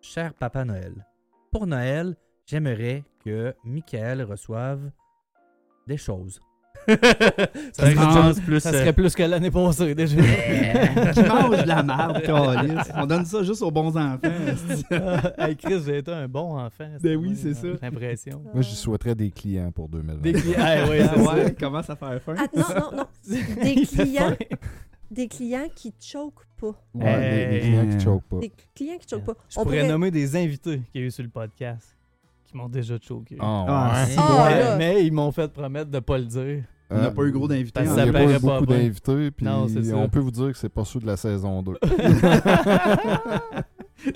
Cher Papa Noël, pour Noël, j'aimerais que Michael reçoive des choses. ça, Qui serait quelque mange- chose plus, Ça euh, serait plus que l'année passée déjà. Qui mange de la merde, câlisse. On donne ça juste aux bons enfants. esti. hey Chris, j'ai été un bon enfant. hein. Ben oui, c'est ça. J'ai l'impression. Euh, Moi, je souhaiterais des clients pour 2020. Des clients. Hey, oui, Ah c'est ouais, commence à faire faim. Ah, non, non, non. ça. Des Il fait clients. faim. Des clients qui te choquent pas. Ouais, des- des, Hey. clients qui choquent pas. Des clients qui te choquent pas. Je pourrais nommer des invités qu'il y a eu sur le podcast qui m'ont déjà choqué. Oh, Ah, ouais. si, Ah, Ouais, là. mais ils m'ont fait promettre de pas le dire. On n'a pas eu gros d'invités. Euh, Il Parce n'y que hein. ça a pas eu plairait pas beaucoup bien. d'invités, puis Non, c'est ça. on peut vous dire que c'est pas ceux de la saison 2.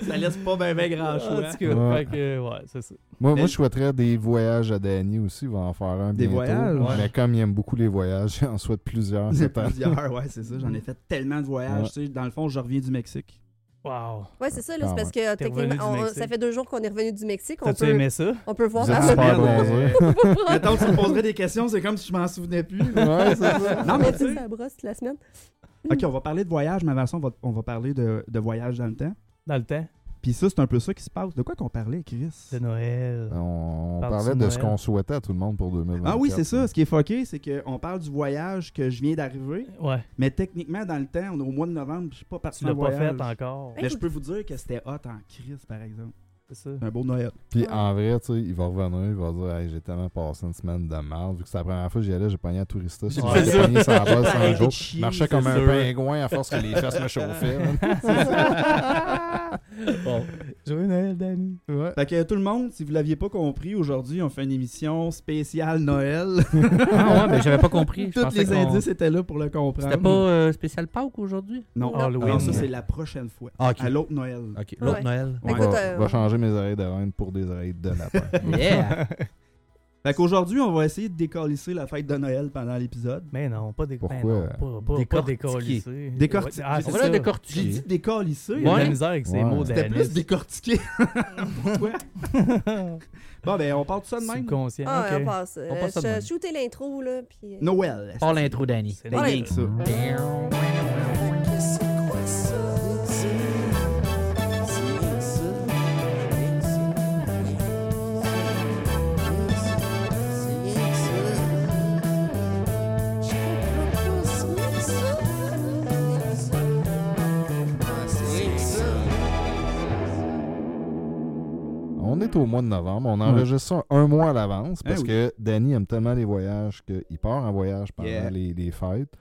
Ça laisse pas bien ben grand En chose. tout cas, Ouais. fait que, ouais, c'est ça. moi, moi, Mais- je souhaiterais des voyages à Danny aussi. Il va en faire un Des bientôt. voyages? Ouais. Mais comme il aime beaucoup les voyages, j'en souhaite plusieurs cette année. Plusieurs, ouais, c'est ça. J'en ai fait tellement de voyages. Ouais. tu sais, Dans le fond, je reviens du Mexique. Wow. Ouais, c'est ça, là, Ah, c'est parce que euh, revenu techniquement, du on- Mexique. ça fait deux jours qu'on est revenu du Mexique. On T'as-tu peut, aimé ça? on peut voir Vous êtes Ah, super merde. bronzés. Attends, tu me poserais des questions, c'est comme si je m'en souvenais plus. Ouais, c'est ça. Non, mais tu sais- ça brosse toute la semaine. Ok, on va parler de voyage, mais avant ça, on va, on va parler de, de voyage dans le temps. Dans le temps Puis ça, c'est un peu ça qui se passe. De quoi qu'on parlait, Chris? de Noël. Ah. On, on Parle-tu parlait de de ce Noël? qu'on souhaitait à tout le monde pour 2020. Ah oui, c'est ça. Ce qui est fucké, c'est qu'on parle du voyage que je viens d'arriver, Ouais. mais techniquement, dans le temps, on est au mois de novembre, je suis pas parti Tu en l'as pas voyage. fait encore. Mais je peux vous dire que c'était hot en crise, par exemple. C'est ça. C'est un beau Noël. Puis en vrai, tu sais, il va revenir, il va dire Hey, j'ai tellement passé une semaine de merde. Vu que c'est la première fois que j'y allais, j'ai pogné à tourista. J'ai Ouais. pogné sur la base Arrêtez sans de jour. chier, Marchais c'est comme un sûr. pingouin à force que les fesses me chauffaient. man. Bon. Joyeux Noël, Danny. Ouais. Fait que euh, tout le monde, si vous l'aviez pas compris, aujourd'hui, on fait une émission spéciale Noël. Ah ouais, ben j'avais pas compris. Je Tous pensais les qu'on- indices étaient là pour le comprendre. C'était pas euh, spécial Pâques aujourd'hui? Non, Halloween. Alors, ça, c'est la prochaine fois. Ah, ok. À l'autre Noël. Ok, l'autre Ouais. Noël. On Écoute, va, euh, va changer mes oreilles de reine pour des oreilles de lapin. Yeah! Fait qu'aujourd'hui, on va essayer de décalisser la fête de Noël pendant l'épisode. Mais non, pas des Pourquoi? ben non, pas, pas, pas Décortiquer. décortiquer. Décortiquer. Ah, On c'est On va la ça. J'ai dit décortiquer. décalisser. Il y a de la Ouais. misère avec ces Ouais. mots, C'était Danny. plus décortiqué. Pourquoi? Bon, ben, on parle de ça de même. Subconscient. Ah, ouais, ok. on passe. On passe ça de Euh, même. je- shooter l'intro, là. Puis, euh, Noël. Par l'intro, Danny. C'est C'est rien Noël. que ça. on est au mois de novembre. On enregistre ça un mois à l'avance parce Eh oui. que Danny aime tellement les voyages qu'il part en voyage pendant Yeah. les, les fêtes.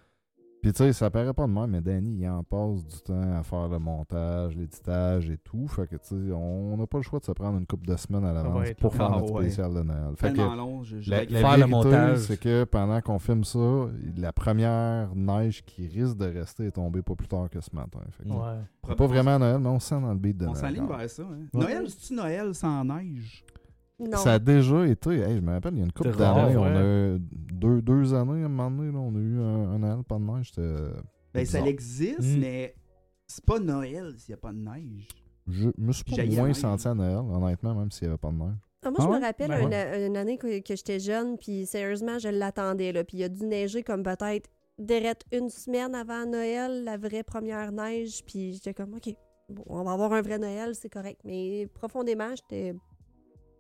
Puis tu sais, ça paraît pas de mal, mais Danny, il en passe du temps à faire le montage, l'éditage et tout. Fait que tu sais, on n'a pas le choix de se prendre une couple de semaines à l'avance être pour long. faire Ah, notre ouais. spécial de Noël. Fait que Tellement long. je- je- la, je- la faire le vérité, montage. c'est que pendant qu'on filme ça, la première neige qui risque de rester est tombée pas plus tard que ce matin. Fait que- Ouais. C'est pas vraiment Noël, mais on sent dans le beat de On Noël. s'aligne vers ça. hein. Noël, c'est-tu Noël sans neige? non. Ça a déjà été, hey, je me rappelle, il y a une couple C'est rare, d'années, on ouais. a eu deux, deux années à un moment donné, là, on a eu un, un Noël pas de neige. c'était- Ben, ça bizarre. existe, Mm. mais c'est pas Noël s'il n'y a pas de neige. Je me suis pas J'ai moins eu- senti à Noël, honnêtement, même s'il n'y avait pas de neige. Ah, moi, Ah je ouais? me rappelle Ben une, une année que, que j'étais jeune, puis sérieusement, je l'attendais. là, Puis il a dû neiger comme peut-être direct une semaine avant Noël, la vraie première neige. Puis j'étais comme, OK, bon, on va avoir un vrai Noël, c'est correct. Mais profondément, j'étais.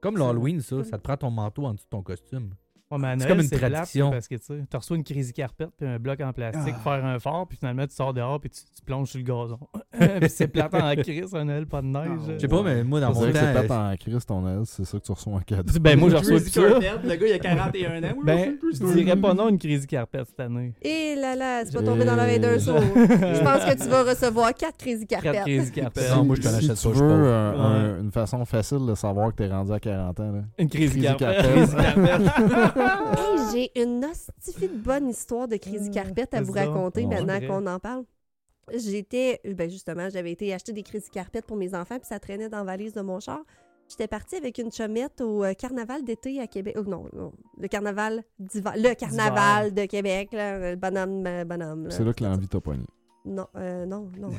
Comme l'Halloween, ça, ça te prend ton manteau en dessous de ton costume. Ouais, mais à C'est Noël, comme une plate, tradition. parce que tu sais, t'as reçu une crise carpette puis un bloc en plastique, Ah. faire un fort, puis finalement tu sors dehors puis tu, tu plonges sur le gazon. puis c'est plate en crise, un Noël pas de Ah, neige. euh. Je sais pas, Ouais. mais moi, dans C'est mon vrai que c'est temps. peut-être en crise ton Noël, c'est ça que tu reçois en cadeau. Ben moi je reçois Crazy plus ça. Carpet, Le gars, il a 41 ans. Oui, Ben, oui, je oui. dirais pas non une crise carpette cette année. Et Eh là là, c'est pas Euh, tombé dans l'oreille d'un je- sourd. Je pense que tu vas recevoir quatre crises Quatre carpettes. crises carpettes. Ben, Non, moi, je te Si l'achète tu pas, je veux, pense. un- un- Ouais. une façon facile de savoir que t'es rendu à 40 ans. là. Une crise Crise carpette. carpette. Crise carpette. Hey, j'ai une hostifie de bonne histoire de Crazy Carpet à Hmm, Vas-y vous donc. raconter Ouais. maintenant Faudrait. qu'on en parle. J'étais, ben justement, j'avais été acheter des Crazy Carpet pour mes enfants, puis ça traînait dans la valise de mon char. J'étais partie avec une chomette au euh, carnaval d'été à Québec. Oh non, non, le carnaval d'hiver. Le carnaval de Québec, là, le bonhomme, euh, bonhomme. là. C'est là que l'envie t'a pogné. Non, euh, non, non.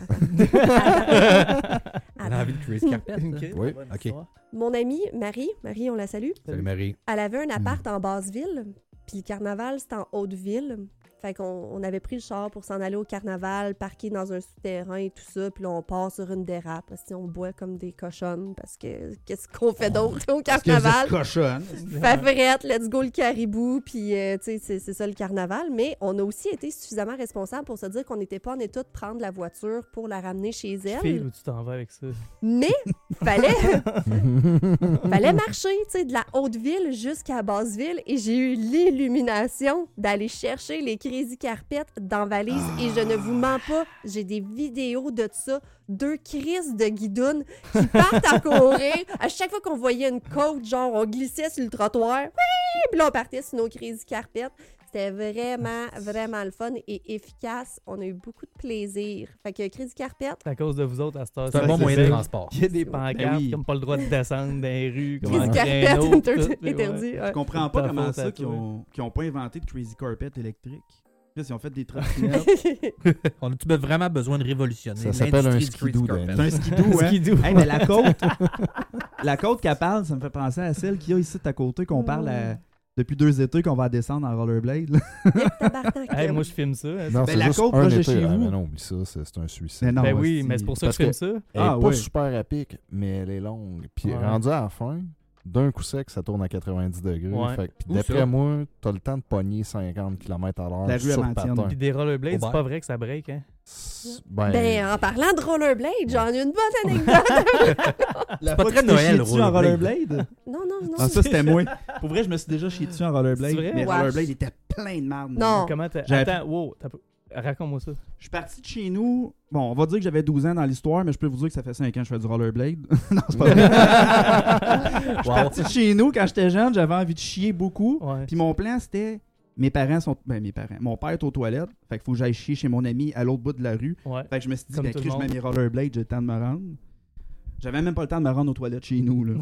On a envie de Chris Carpet. ça. Ok, Oui. bonne Ok. histoire. Mon amie Marie, Marie, on la salue. Salut Marie. Hmm. Elle avait un appart en basse ville, puis le carnaval, c'était en haute ville. Fait qu'on on avait pris le char pour s'en aller au carnaval, parquer dans un souterrain et tout ça. Puis là, on part sur une dérape. Si on boit comme des cochonnes, parce que qu'est-ce qu'on fait d'autre au Ah. Parce que vous carnaval? êtes cochonne. Favrette, let's go le caribou, puis euh, tu sais, c'est c'est ça le carnaval. Mais on a aussi été suffisamment responsable pour se dire qu'on n'était pas en état de prendre la voiture pour la ramener chez Tu elle. files ou tu t'en vas avec ça? Mais fallait, fallait marcher, tu sais, de la haute ville jusqu'à la basse ville. Et j'ai eu l'illumination d'aller chercher les Crazy Carpets dans valise. Et je ne vous mens pas, j'ai des vidéos de ça. Deux crises de guidounes qui partent à courir. À chaque fois qu'on voyait une côte, genre, on glissait sur le trottoir. Oui! Puis là, on partait sur nos Crazy Carpets. C'était vraiment, vraiment le fun et efficace. On a eu beaucoup de plaisir. Fait que Crazy Carpet, C'est à cause de vous autres à cette heure. C'est un Ouais, bon c'est moyen de ça. transport. Il y a des Ben pancartes oui. comme pas le droit de descendre dans les rues. comme Crazy en Carpet traîneau, inter- tout, et ouais. interdit. ouais. Je comprends pas Ta comment faute à ça qu'ils toi. ont, qu'ils ont pas inventé de Crazy Carpet électrique. Là, ils ont fait des trottinettes. On a tu as vraiment besoin de révolutionner. Ça s'appelle l'industrie un du street skidoo, ben, carpet. C'est un skidoo, hein? Skidoo. Hey, mais la côte, la côte qu'elle parle, ça me fait penser à celle qu'il y a ici à côté, qu'on parle à- depuis deux étés qu'on va descendre en rollerblade. là. Tabarnak, Hey, euh, moi, je filme ça. hein. Non, Ben, c'est la juste côte un proche de été, chez là. vous. Mais non, oublie ça, c'est c'est un suicide. Mais non, Ben hostie. oui, mais c'est pour ça que Parce je filme ça. Elle est Ah, pas ouais. super à pic, mais elle est longue. Puis Ouais. rendu à la fin, d'un coup sec, ça tourne à 90 degrés. Ouais. Fait que- puis Où ça? d'après moi, t'as le temps de pogner 50 km à l'heure La rue sur le Amantienne. patin. Puis des rollerblades, Aubert. c'est pas vrai que ça break, hein? S- Ben, Ben, en parlant de rollerblade, j'en ai une bonne anecdote. La pas fois très que tu t'es Noël, chié dessus en rollerblade. rollerblade. Non, non, non. Ah, ça, c'était moi. Pour vrai, je me suis déjà chié dessus en rollerblade. C'est vrai? Mais Ouais. rollerblade était plein de marde. Non. Comment t'as. J'avais- Attends, wow, t'as peu- raconte-moi ça. Je suis parti de chez nous. Bon, on va dire que j'avais 12 ans dans l'histoire, mais je peux vous dire que ça fait 5 ans que je fais du rollerblade. non, c'est pas vrai. Je suis Wow. parti de chez nous quand j'étais jeune, j'avais envie de chier beaucoup. Ouais. Puis mon plan, c'était. Mes parents sont. Ben, mes parents. Mon père est aux toilettes. Fait qu'il faut que j'aille chier chez mon ami à l'autre bout de la rue. ouais. Fait que je me suis dit, Comme ben, tout Chris, le je mets monde. mes rollerblades, j'ai le temps de me rendre. J'avais même pas le temps de me rendre aux toilettes chez nous, là.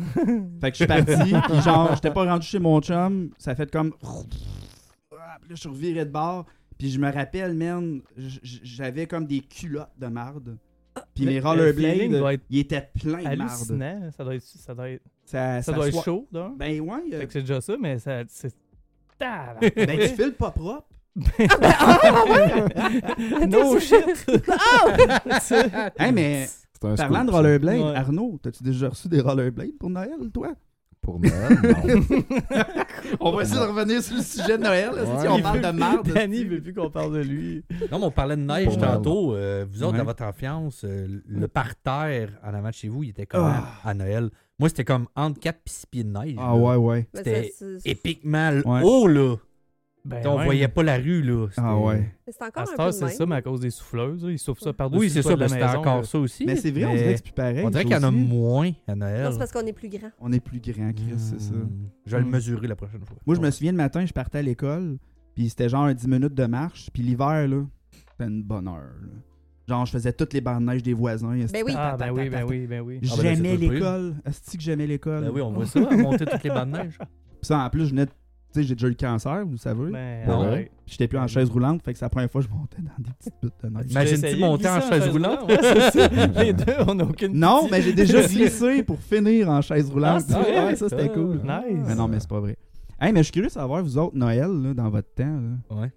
fait que je suis parti, puis genre, j'étais pas rendu chez mon chum, ça a fait comme. Ah, puis là, je suis reviré de bord, puis je me rappelle, man, j- j- j'avais comme des culottes de marde. Puis Le- mes Le feeling doit rollerblades, être ils étaient pleins de marde. Ben, hallucinant. hein. Ça doit être, ça doit être, Ça, ça ça doit être soit- chaud, là. Ben ouais, euh, Fait que c'est déjà ça, mais ça. C'est. Ah, ben tu files pas propre. no shit! Hein, mais c'est un parlant scoop, de ça. rollerblades, Ouais. Arnaud, t'as-tu déjà reçu des rollerblades pour Noël, toi? Pour Noël, non. On va essayer de revenir sur le sujet de Noël, là, si Ouais. on parle de marde. Danny veut plus qu'on parle de lui. Non, mais on parlait de neige Pour tantôt. Euh, vous autres, Ouais. à votre enfance, euh, le parterre en avant de chez vous, il était comment Ah. à Noël? Moi, c'était comme entre 4 et 6 pieds de neige. Ah là. ouais, ouais. Ben, C'était ça, c'est- c'est- Épiquement Ouais. haut, là. Ben, on ouais. voyait pas la rue, là. C'était- Ah ouais. C'est encore À un cette peu heure, de c'est même. ça, mais à cause des souffleuses, là, ils soufflent ça par-dessus. Oui, le c'est toit ça, de la ben, c'était maison, encore là. ça aussi. Mais c'est vrai, on mais- dirait que c'est plus pareil. On dirait ça qu'il y en a aussi. moins à Non, Noël. c'est parce qu'on est plus grand. On est plus grand, Chris, c'est ça. Hmm. Je vais le Hmm. mesurer la prochaine fois. Moi, je me souviens le matin, je partais à l'école, puis c'était genre un 10 minutes de marche, puis l'hiver, là, c'était une bonne heure. là. Genre, je faisais toutes les bandes de neige des voisins. esti. Ben oui. Ah, ben oui, ben oui, ben oui. Ah, ben là, c'est J'aimais tout le prix. l'école. Est-ce que j'aimais l'école? Ben oui, on voit ça, à monter toutes les bandes de neige. Puis ça, en plus, je venais de- Tu sais, j'ai déjà eu le cancer, vous savez. Ben, Ouais. ouais. Puis J'étais plus en chaise roulante, fait que c'est la première fois que je montais dans des petites buttes de neige. Imagine-tu J'ai essayé de monter en glisser chaise roulante? Ouais, c'est ça. Les deux, on n'a aucune. Non, petite- mais j'ai déjà glissé pour finir en chaise roulante. Ah, c'est vrai? Ah. Ouais, ça, c'était cool. Nice. Mais non, mais c'est pas vrai. Hey, mais je suis curieux de savoir, vous autres, Noël, là, dans votre temps, là. Ouais.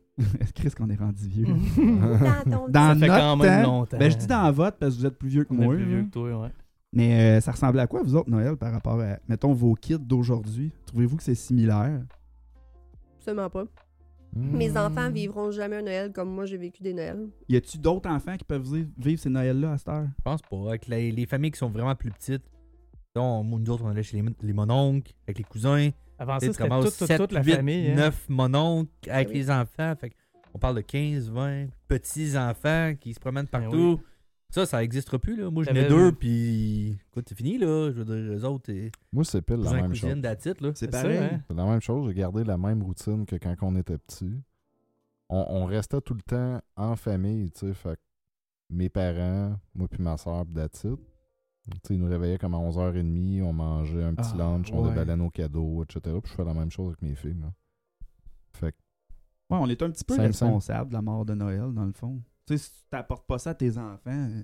Chris, qu'on est rendu vieux. Mhm. Dans ton Dans Ça fait notre quand même temps, longtemps. Ben, je dis dans votre parce que vous êtes plus vieux que On moi. est plus là. vieux que toi, ouais. Mais euh, ça ressemblait à quoi, vous autres, Noël, par rapport à, mettons, vos kits d'aujourd'hui? Trouvez-vous que c'est similaire? Absolument pas. Hmm. Mes enfants vivront jamais un Noël comme moi j'ai vécu des Noëls. Y a-tu d'autres enfants qui peuvent vi- vivre ces Noëls-là à cette heure? Je pense pas. Avec les, les familles qui sont vraiment plus petites, donc, nous autres, on allait chez les, mon- les mononcles, avec les cousins. Avant Tu sais, ça, c'était tu ramasses toute, toute, toute la 7, famille. 8, hein. 9 mononcles avec Oui. les enfants. Fait on parle de 15, 20 petits-enfants qui se promènent Ben oui. partout. Ça, ça n'existera plus. Là. Moi, j'en ai T'avais- deux, puis écoute, c'est fini. là. Je veux dire, eux autres, et... Moi, c'est pile la cousins, même chose. cousines, d'attitude. là. C'est ça, pareil. hein. C'est la même chose, j'ai gardé la même routine que quand on était petit. On, on restait tout le temps en famille, tu sais, fait que mes parents, moi puis ma soeur, puis that's it. Tu sais, ils nous réveillaient comme à 11h30, on mangeait un petit Ah, lunch, on ouais. déballait nos cadeaux, etc. Puis je fais la même chose avec mes filles. là. Fait que, Ouais, on est un petit peu Simple, simple. responsable de la mort de Noël, dans le fond. Tu sais, si tu t'apportes pas ça à tes enfants. euh,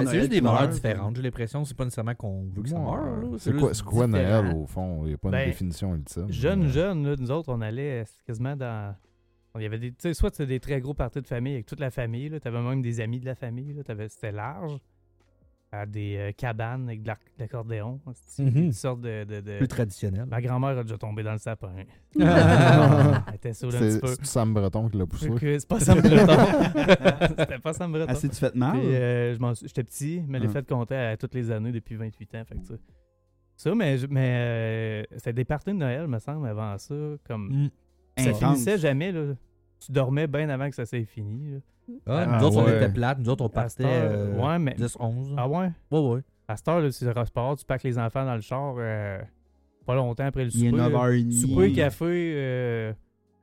Ben, c'est Noël juste des qui valeurs meurt. différentes. J'ai l'impression c'est pas nécessairement qu'on veut que ça ouais, meure. là. C'est juste quoi, c'est quoi différent. Noël au fond Il n'y a pas Ben, une définition ultime. Jeune, Euh, jeune, là, nous autres, on allait euh, quasiment dans. Il y avait des, tu sais, soit c'était des très gros parties de famille avec toute la famille, tu avais même des amis de la famille, là, t'avais- c'était large. À des euh, cabanes avec de l'ac- de l'accordéon, c'est Mhm. une sorte de. de- de- Plus traditionnel. Ma grand-mère a déjà tombé dans le sapin. Ah. Elle était saoule un petit C'est peu. c'est Sam Breton qui l'a poussé. Fait que C'est pas Sam Breton. C'était pas Sam Breton. Assez tu fait mal. Puis, hein. euh, je m'en suis- J'étais petit, mais les Ah. fêtes comptaient à toutes les années depuis 28 ans. Fait que ça, ça, mais, je- mais euh, c'était des parties de Noël, me semble, avant ça. Comme, Mm. ça Intense. finissait jamais. Là. Tu dormais bien avant que ça s'est fini. là. Ah, Ah, nous autres, on ouais. était plates. Nous autres, on À cette partait heure, euh, ouais, mais, 10-11. ah ouais? Ouais, ouais. À cette heure, là, c'est le sport. Tu packs les enfants dans le char euh, pas longtemps après le Il est souper. là. 9h30. Souper, café, euh,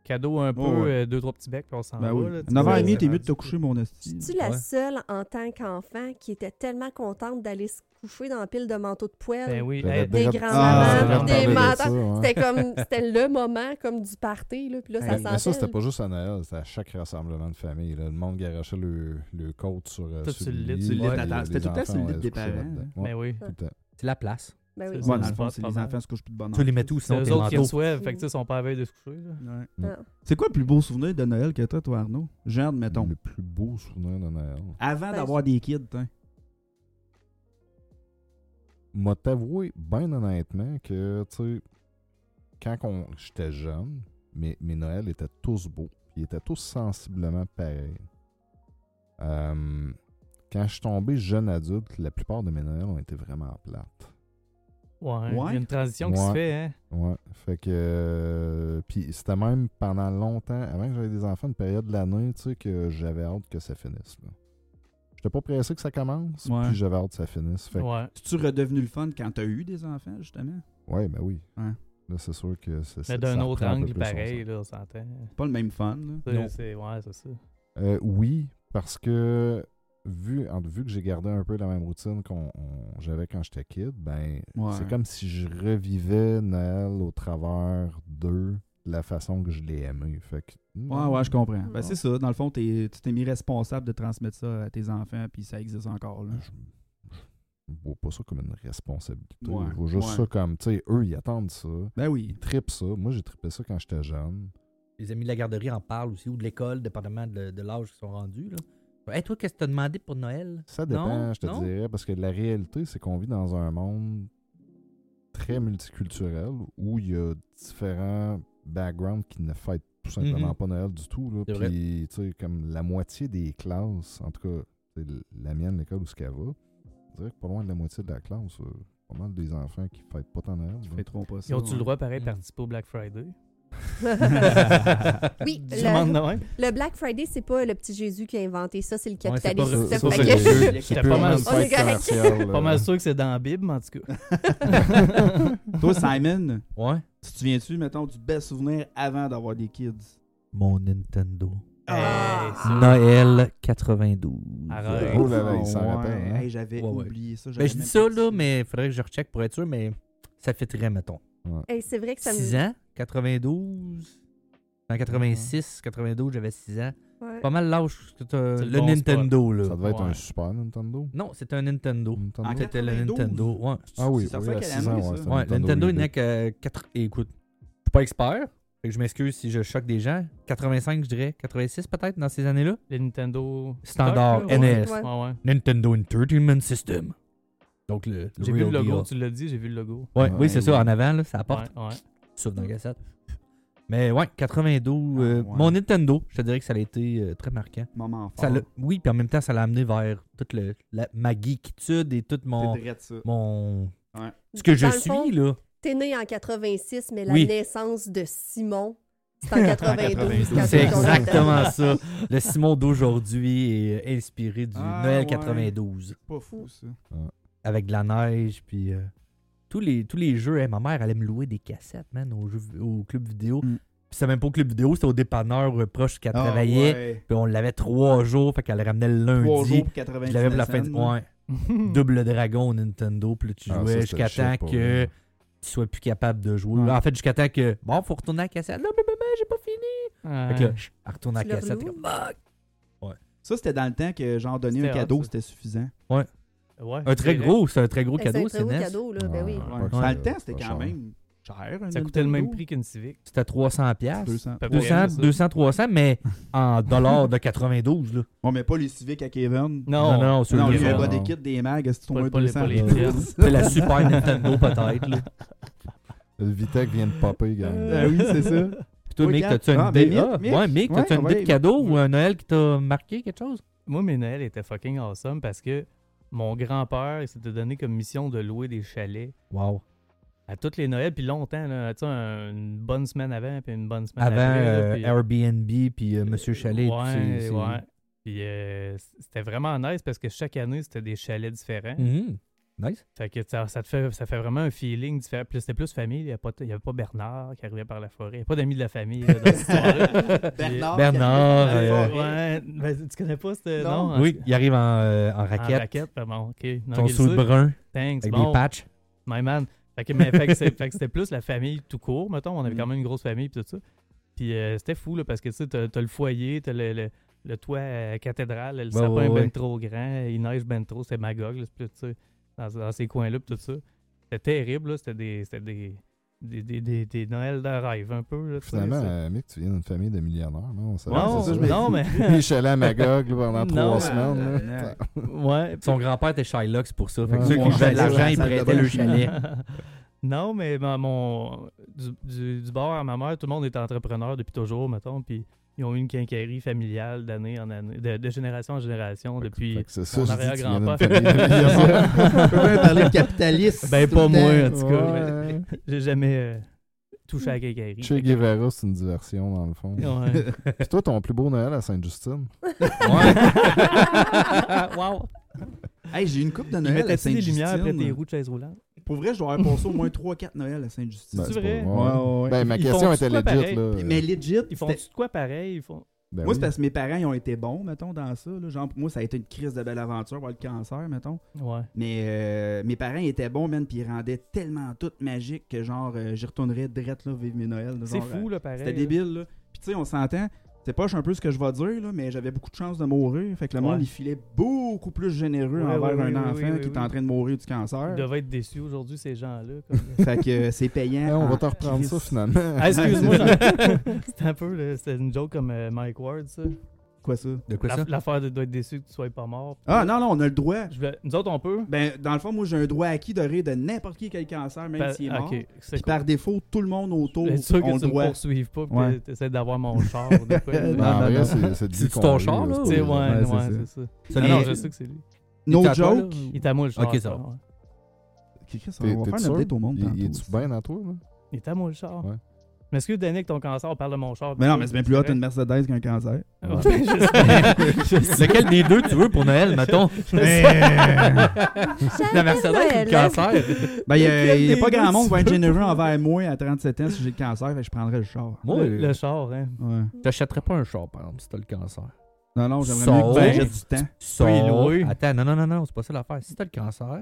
cadeau un peu, Ouais, ouais. euh, deux, trois petits becs, puis on s'en Ben va. oui. là, tu sais, 9h30, t'es c'est mieux de te rendu- coucher, mon Je hostie. suis la Ouais. seule en tant qu'enfant qui était tellement contente d'aller se coucher dans la pile de manteaux de poêle. Ben oui. J'avais Hey, Des déjà- Ah, grands-mamans, j'avais des parlé de matins. ça, ouais. C'était comme c'était le moment comme du party là, puis là Ben ça Mais, mais ça, sentait. c'était pas juste à Noël, c'était à chaque rassemblement de famille. là. Le monde garachait le, le côte sur, euh, Tout sur sur le lit. lit. Sur le lit, puis, attends, euh, c'était les tout le temps sur le enfants, lit ouais, des se couchaient parents. hein. là-dedans. Ben Ouais, oui. tout le temps. C'est la place. Ben oui. c'est- Ouais, dans le fond, Spot, c'est pas les mal. enfants se couchent plus de bonne Tu heure. les mets tous, C'est sinon t'es eux autres qui manteau. reçoivent, fait que tu sais, son père veille de se coucher. là. Ouais. Ah. C'est quoi le plus beau souvenir de Noël que t'as, toi, Arnaud? Genre, mettons. Le plus beau souvenir de Noël. Avant Ben, d'avoir des kids, hein. M'a t'avoué, bien honnêtement, que, tu sais, quand qu'on- j'étais jeune, mes, mes Noëls étaient tous beaux. Ils étaient tous sensiblement pareils. Euh, quand je suis tombé jeune adulte, la plupart de mes Noëls ont été vraiment plates. Ouais. Ouais. Il y a une transition qui se Ouais. fait, hein. Ouais, fait que. euh, Puis c'était même pendant longtemps, avant que j'avais des enfants, une période de l'année, tu sais, que j'avais hâte que ça finisse. là. J'étais pas pressé que ça commence, Ouais. puis j'avais hâte que ça finisse. Fait que- Ouais. Es-tu redevenu le fun quand t'as eu des enfants, justement? ouais, ben oui. Ouais. Là, c'est sûr que c'est. Mais c'est- d'un ça autre reprend un peu angle, plus son pareil, sens. là, on s'entend. Pas le même fun, là. Ça, Non. c'est- Ouais, c'est ça. Euh, oui, parce que vu, en- vu que j'ai gardé un peu la même routine qu'on on- j'avais quand j'étais kid, ben, Ouais. c'est comme si je revivais Noël au travers d'eux de la façon que je l'ai aimé. Fait que. hmm. Ouais, ouais, je comprends. Ben, Ouais. c'est ça. Dans le fond, t'es- tu t'es mis responsable de transmettre ça à tes enfants, puis ça existe encore. Là. Je- je vois pas ça comme une responsabilité. Ouais, je vois juste ouais. ça comme, tu sais, eux, ils attendent ça. Ben Ils oui. trippent ça. Moi, j'ai trippé ça quand j'étais jeune. Les amis de la garderie en parlent aussi, ou de l'école, dépendamment de, de l'âge qu'ils sont rendus. Là. Hey, toi, qu'est-ce que t'as demandé pour Noël? Ça dépend, Non, je te non. dirais, parce que la réalité, c'est qu'on vit dans un monde très multiculturel où il y a différents backgrounds qui ne fêtent tout simplement Mhm. pas Noël du tout. là. C'est vrai. Puis, tu sais, comme la moitié des classes, en tout cas, c'est la mienne, l'école où ce qu'elle va, je dirais que pas loin de la moitié de la classe, euh, pas mal des enfants qui fêtent pas tant Noël. là. Fais trop pas ça. Ils ont-tu le ouais. droit, pareil, Mm. de participer au Black Friday? Oui, Je demande le, de même. le Black Friday, c'est pas le petit Jésus qui a inventé ça, c'est le Ouais, c'est capitalisme. Ça, pas- Euh, ça, ça, fait c'est J'étais que- purement une pas mal- On est fête correct. commerciale, Pas là. mal sûr que c'est dans la Bible, mais en tout cas. Toi, Simon, Ouais. tu te souviens-tu, mettons, du best souvenir avant d'avoir des kids? Mon Nintendo. Ah. Hey, ça- Noël 92. Arrête. Oh là là, il s'en Ouais. rappelle, hein? Hey, J'avais Ouais, ouais. oublié ça. j'avais Ben, je dis même ça, pas là, mais il faudrait que je recheck pour être sûr, mais ça fitterait, mettons. Hey, c'est vrai que ça me. 6 ans, 92. En 86, 92, j'avais 6 ans. Ouais. Pas mal l'âge que t'as. C'est Le, le bon Nintendo, là. Ça devait être un Ouais. Super Nintendo. Non, c'était un Nintendo. Nintendo. En C'était le 92? Nintendo. Ouais, Ah oui, C'est oui, sorti à quelle 6 année, ans, ouais, ça? c'était ouais le Nintendo, il Wii n'y a deux. que 4. Écoute, je suis pas expert. Fait que je m'excuse si je choque des gens. 85, je dirais. 86, peut-être, dans ces années-là. Les Nintendo... Standard, E Stock, là, NES. Ouais, ouais. ouais. Nintendo Entertainment System. Donc, le, J'ai vu le real logo, deal. tu l'as dit, j'ai vu le logo. Ouais, oui, Ouais, c'est ça, ouais. en avant, là, ça apporte. Ouais, ouais. Sauf dans la cassette. Mais ouais, 92. Ah, euh, ouais. Ah. Mon Nintendo, je te dirais que ça a été euh, très marquant. Moment Ça fort. l'a- oui, puis en même temps, ça l'a amené vers toute le, la, ma geekitude et tout mon. C'est vrai de ça. mon Ouais. Ce que je Dans le suis, fond, là. T'es né en 86, mais la Oui. naissance de Simon, c'est en 92. 92. C'est quand on est exactement ça. Le Simon d'aujourd'hui est euh, inspiré du Ah, Noël ouais. 92. Pas fou, ça. Avec de la neige, puis euh, tous, les, tous les jeux. Hey, ma mère allait me louer des cassettes, man, au, jeu, au club vidéo. Mm. Ah, Puis c'était même pas au club vidéo, c'était au dépanneur euh, proche qu'elle Ah, travaillait. ouais. Puis on l'avait trois jours, fait qu'elle le ramenait le lundi. Trois jours pour je 90 l'avais pour la fin de cents, là. ouais. Hmm. Double Dragon au Nintendo, puis là, tu Ah, ça, jouais c'était jusqu'à le shit temps pour que vrai. tu sois plus capable de jouer. Ouais. En fait, jusqu'à temps que bon, faut retourner à la cassette. Là, mais maman, j'ai pas fini. Fait que là, Ouais. chut, elle retourne à Tu la le cassette. reloues? comme, ah! Ça, c'était dans le temps que, genre, donner C'était un hot, cadeau, ça. c'était suffisant. Ouais, Un c'est très vrai. gros, c'est un très gros Ben, cadeau, C'est un très c'est beau NES. cadeau, là. Ben oui. Ouais. Dans le temps, c'était quand même Cher, un Ça coûtait le même Nintendo? prix qu'une Civic. C'était 300 pièces 200. à peu près, 200, c'est ça. 200, 300, mais en dollars de 92, là. Bon, mais pas les Civic à Kevin. Non, non, non, non, lui, lui, les il non. a vrais. pas des kits, des mags, est-ce Pas- qu'on pas les- pas 200 les pièces. Euh, C'est la Super Nintendo, peut-être, là. Le Vitec vient de popper, gang. Euh, Euh, Ah oui, c'est ça. Puis toi, Oui, Mick, Gab. t'as-tu une Ah, idée? mais Mick, Ah, Mick. ouais, Mick, t'as-tu Ouais, une idée de ouais. cadeau ou un Noël qui t'a marqué quelque chose? Moi, mes Noëls étaient fucking awesome parce que mon grand-père, il s'était donné comme mission de louer des chalets Wow. à toutes les Noëls, puis longtemps, là, tu sais, un- une bonne semaine avant, puis une bonne semaine Avant après. là, euh, puis- Airbnb, puis euh, Monsieur Chalet. Ouais, tu sais, c'est- ouais. Puis euh, c- c'était vraiment nice parce que chaque année, c'était des chalets différents. Mhm. Nice. Fait que ça, ça te fait, ça fait vraiment un feeling différent. Puis c'était plus famille. Il n'y avait, pas- il y avait pas Bernard qui arrivait par la forêt. Il n'y a pas d'amis de la famille là, dans cette histoire-là. Bernard. Bernard, qui arrive par la euh, forêt. Ouais, ben, tu connais pas ce Non. nom? hein? Oui, il arrive en, euh, en En raquette. raquette, ben bon, ok. Non, Son il le sou sait. brun Thanks, avec bon, des patchs. my man. Fait que, mais, fait que c'est- fait que c'était plus la famille tout court, mettons. On avait Mm. quand même une grosse famille pis tout ça. Puis euh, c'était fou, là, parce que tu sais, t'as t'as le foyer, t'as le, le, le toit à cathédrale, le Ouais, sapin ouais, ouais. ben trop grand, il neige ben trop, c'est Magog, là, c'est plus, tu sais, dans, dans ces coins-là pis tout ça. C'était terrible, là, c'était des, c'était des, des, des, des, des Noëls de rêve, un peu. Là, tu sais, Finalement, c'est- euh, Mick, tu viens d'une famille de millionnaires, non? On savait Non, ça, ça, non, mais- Les chalets à Magog là, pendant Non, trois semaines. là. euh, ouais, Son grand-père était Shylock, c'est pour ça. Fait que Ouais. ceux qui jouaient Ouais, de c'est ça, l'argent, la ils salle de prêtaient bain. le chalet. non, mais ben, mon, du, du, du bord à ma mère, tout le monde est entrepreneur depuis toujours, mettons, puis ils ont eu une quincaillerie familiale d'année en année, de, de génération en génération depuis... Fait que C'est ça, Mon je dis, tu viens d'une arrière-grand-père. famille de millionnaires. On peut bien parler de capitaliste. Ben, tout le pas moi, en temps. tout cas. Ouais. J'ai jamais euh, touché à la quincaillerie. Che Guevara, c'est une diversion, dans le fond. Ouais. Puis toi, ton plus beau Noël à Sainte-Justine? Ouais. wow. Hey, j'ai une coupe de Ils Noël à mettaient-tu des Sainte-Justine. lumières après tes roues de chaise roulante? Pour vrai, je dois avoir passé au moins 3-4 Noël à Sainte-Justine. Ben, C'est pas- vrai? ouais. Ben, ma Ils question font-tu était quoi legit, pareil? là. Mais legit, Ils font c'était- de quoi pareil? Ils font... Ben moi, oui. c'est parce que mes parents, ils ont été bons, mettons, dans ça. là. Genre, pour moi, ça a été une crise de belle aventure, voir le cancer, mettons. Ouais. Mais euh, mes parents étaient bons, man, puis ils rendaient tellement tout magique que, genre, euh, j'y retournerais direct, là, vivre mes Noëls. là, C'est genre, fou, là, pareil. C'était débile, là. Puis tu sais, on s'entend, c'est pas un peu ce que je vais dire, là, mais j'avais beaucoup de chances de mourir. Fait que le Ouais. monde, il filait beaucoup plus généreux Ouais, envers ouais, un oui, oui, enfant oui, oui, qui oui. est en train de mourir du cancer. Ils devaient être déçus aujourd'hui, ces gens-là. comme- Fait que euh, c'est payant. Eh, on va en te reprendre ça, Christ. finalement. Ah, excuse-moi. j'en- C'était un peu, là, c'était une joke comme euh, Mike Ward, ça. Quoi ça? De quoi La- ça? L'affaire de doit être déçu que tu sois pas mort. Ah non, non, on a le droit. Je voulais- Nous autres, on peut. Ben, dans le fond, moi, j'ai un droit acquis de rire de n'importe qui qui a le cancer, même Par- s'il est mort. Ben, ah, Ok, c'est Puis cool. par défaut, tout le monde autour, Être sûr on que le tu me droit. poursuives pas, puis Ouais. que t'essaies d'avoir mon char ou de quoi. Non, en non, vrai, non. c'est- c'est de C'est-tu lui qu'on ton rit, char, là, c'est Tu sais, pas- ouais, Ouais, ouais, c'est ça. c'est ça. Ça, Non, Mais- non, les- je sais que c'est lui. Il No était à toi, joke. là, Il est à moi, le char. Ok, ça va. ouais. Qu'est-ce T'es- qu'on va t'es faire une sûr? update au monde hein, Il- Il tantôt, est-tu bien à toi, là? Il est à moi, le char. Ouais. Mais est-ce que Danny, avec ton cancer, on parle de mon char? Mais non, mais c'est bien plus hot haut une Mercedes qu'un cancer. Lequel des deux tu veux pour Noël, mettons? J'avais La Mercedes ou Noël. hein. le cancer? Ben, il n'y a, Lequel pas des grand deux monde qui va tu être veux? généreux envers moi à 37 ans si j'ai le cancer, fait que je prendrais le char. Moi, le, le char, hein. Ouais. t'achèterais pas un char, par exemple, si t'as le cancer. Non, non, j'aimerais Sauf- mieux que tu m'achètes du temps. Oui, Sauf- oui. Attends, non, non, non, non, c'est pas ça l'affaire. Si t'as le cancer,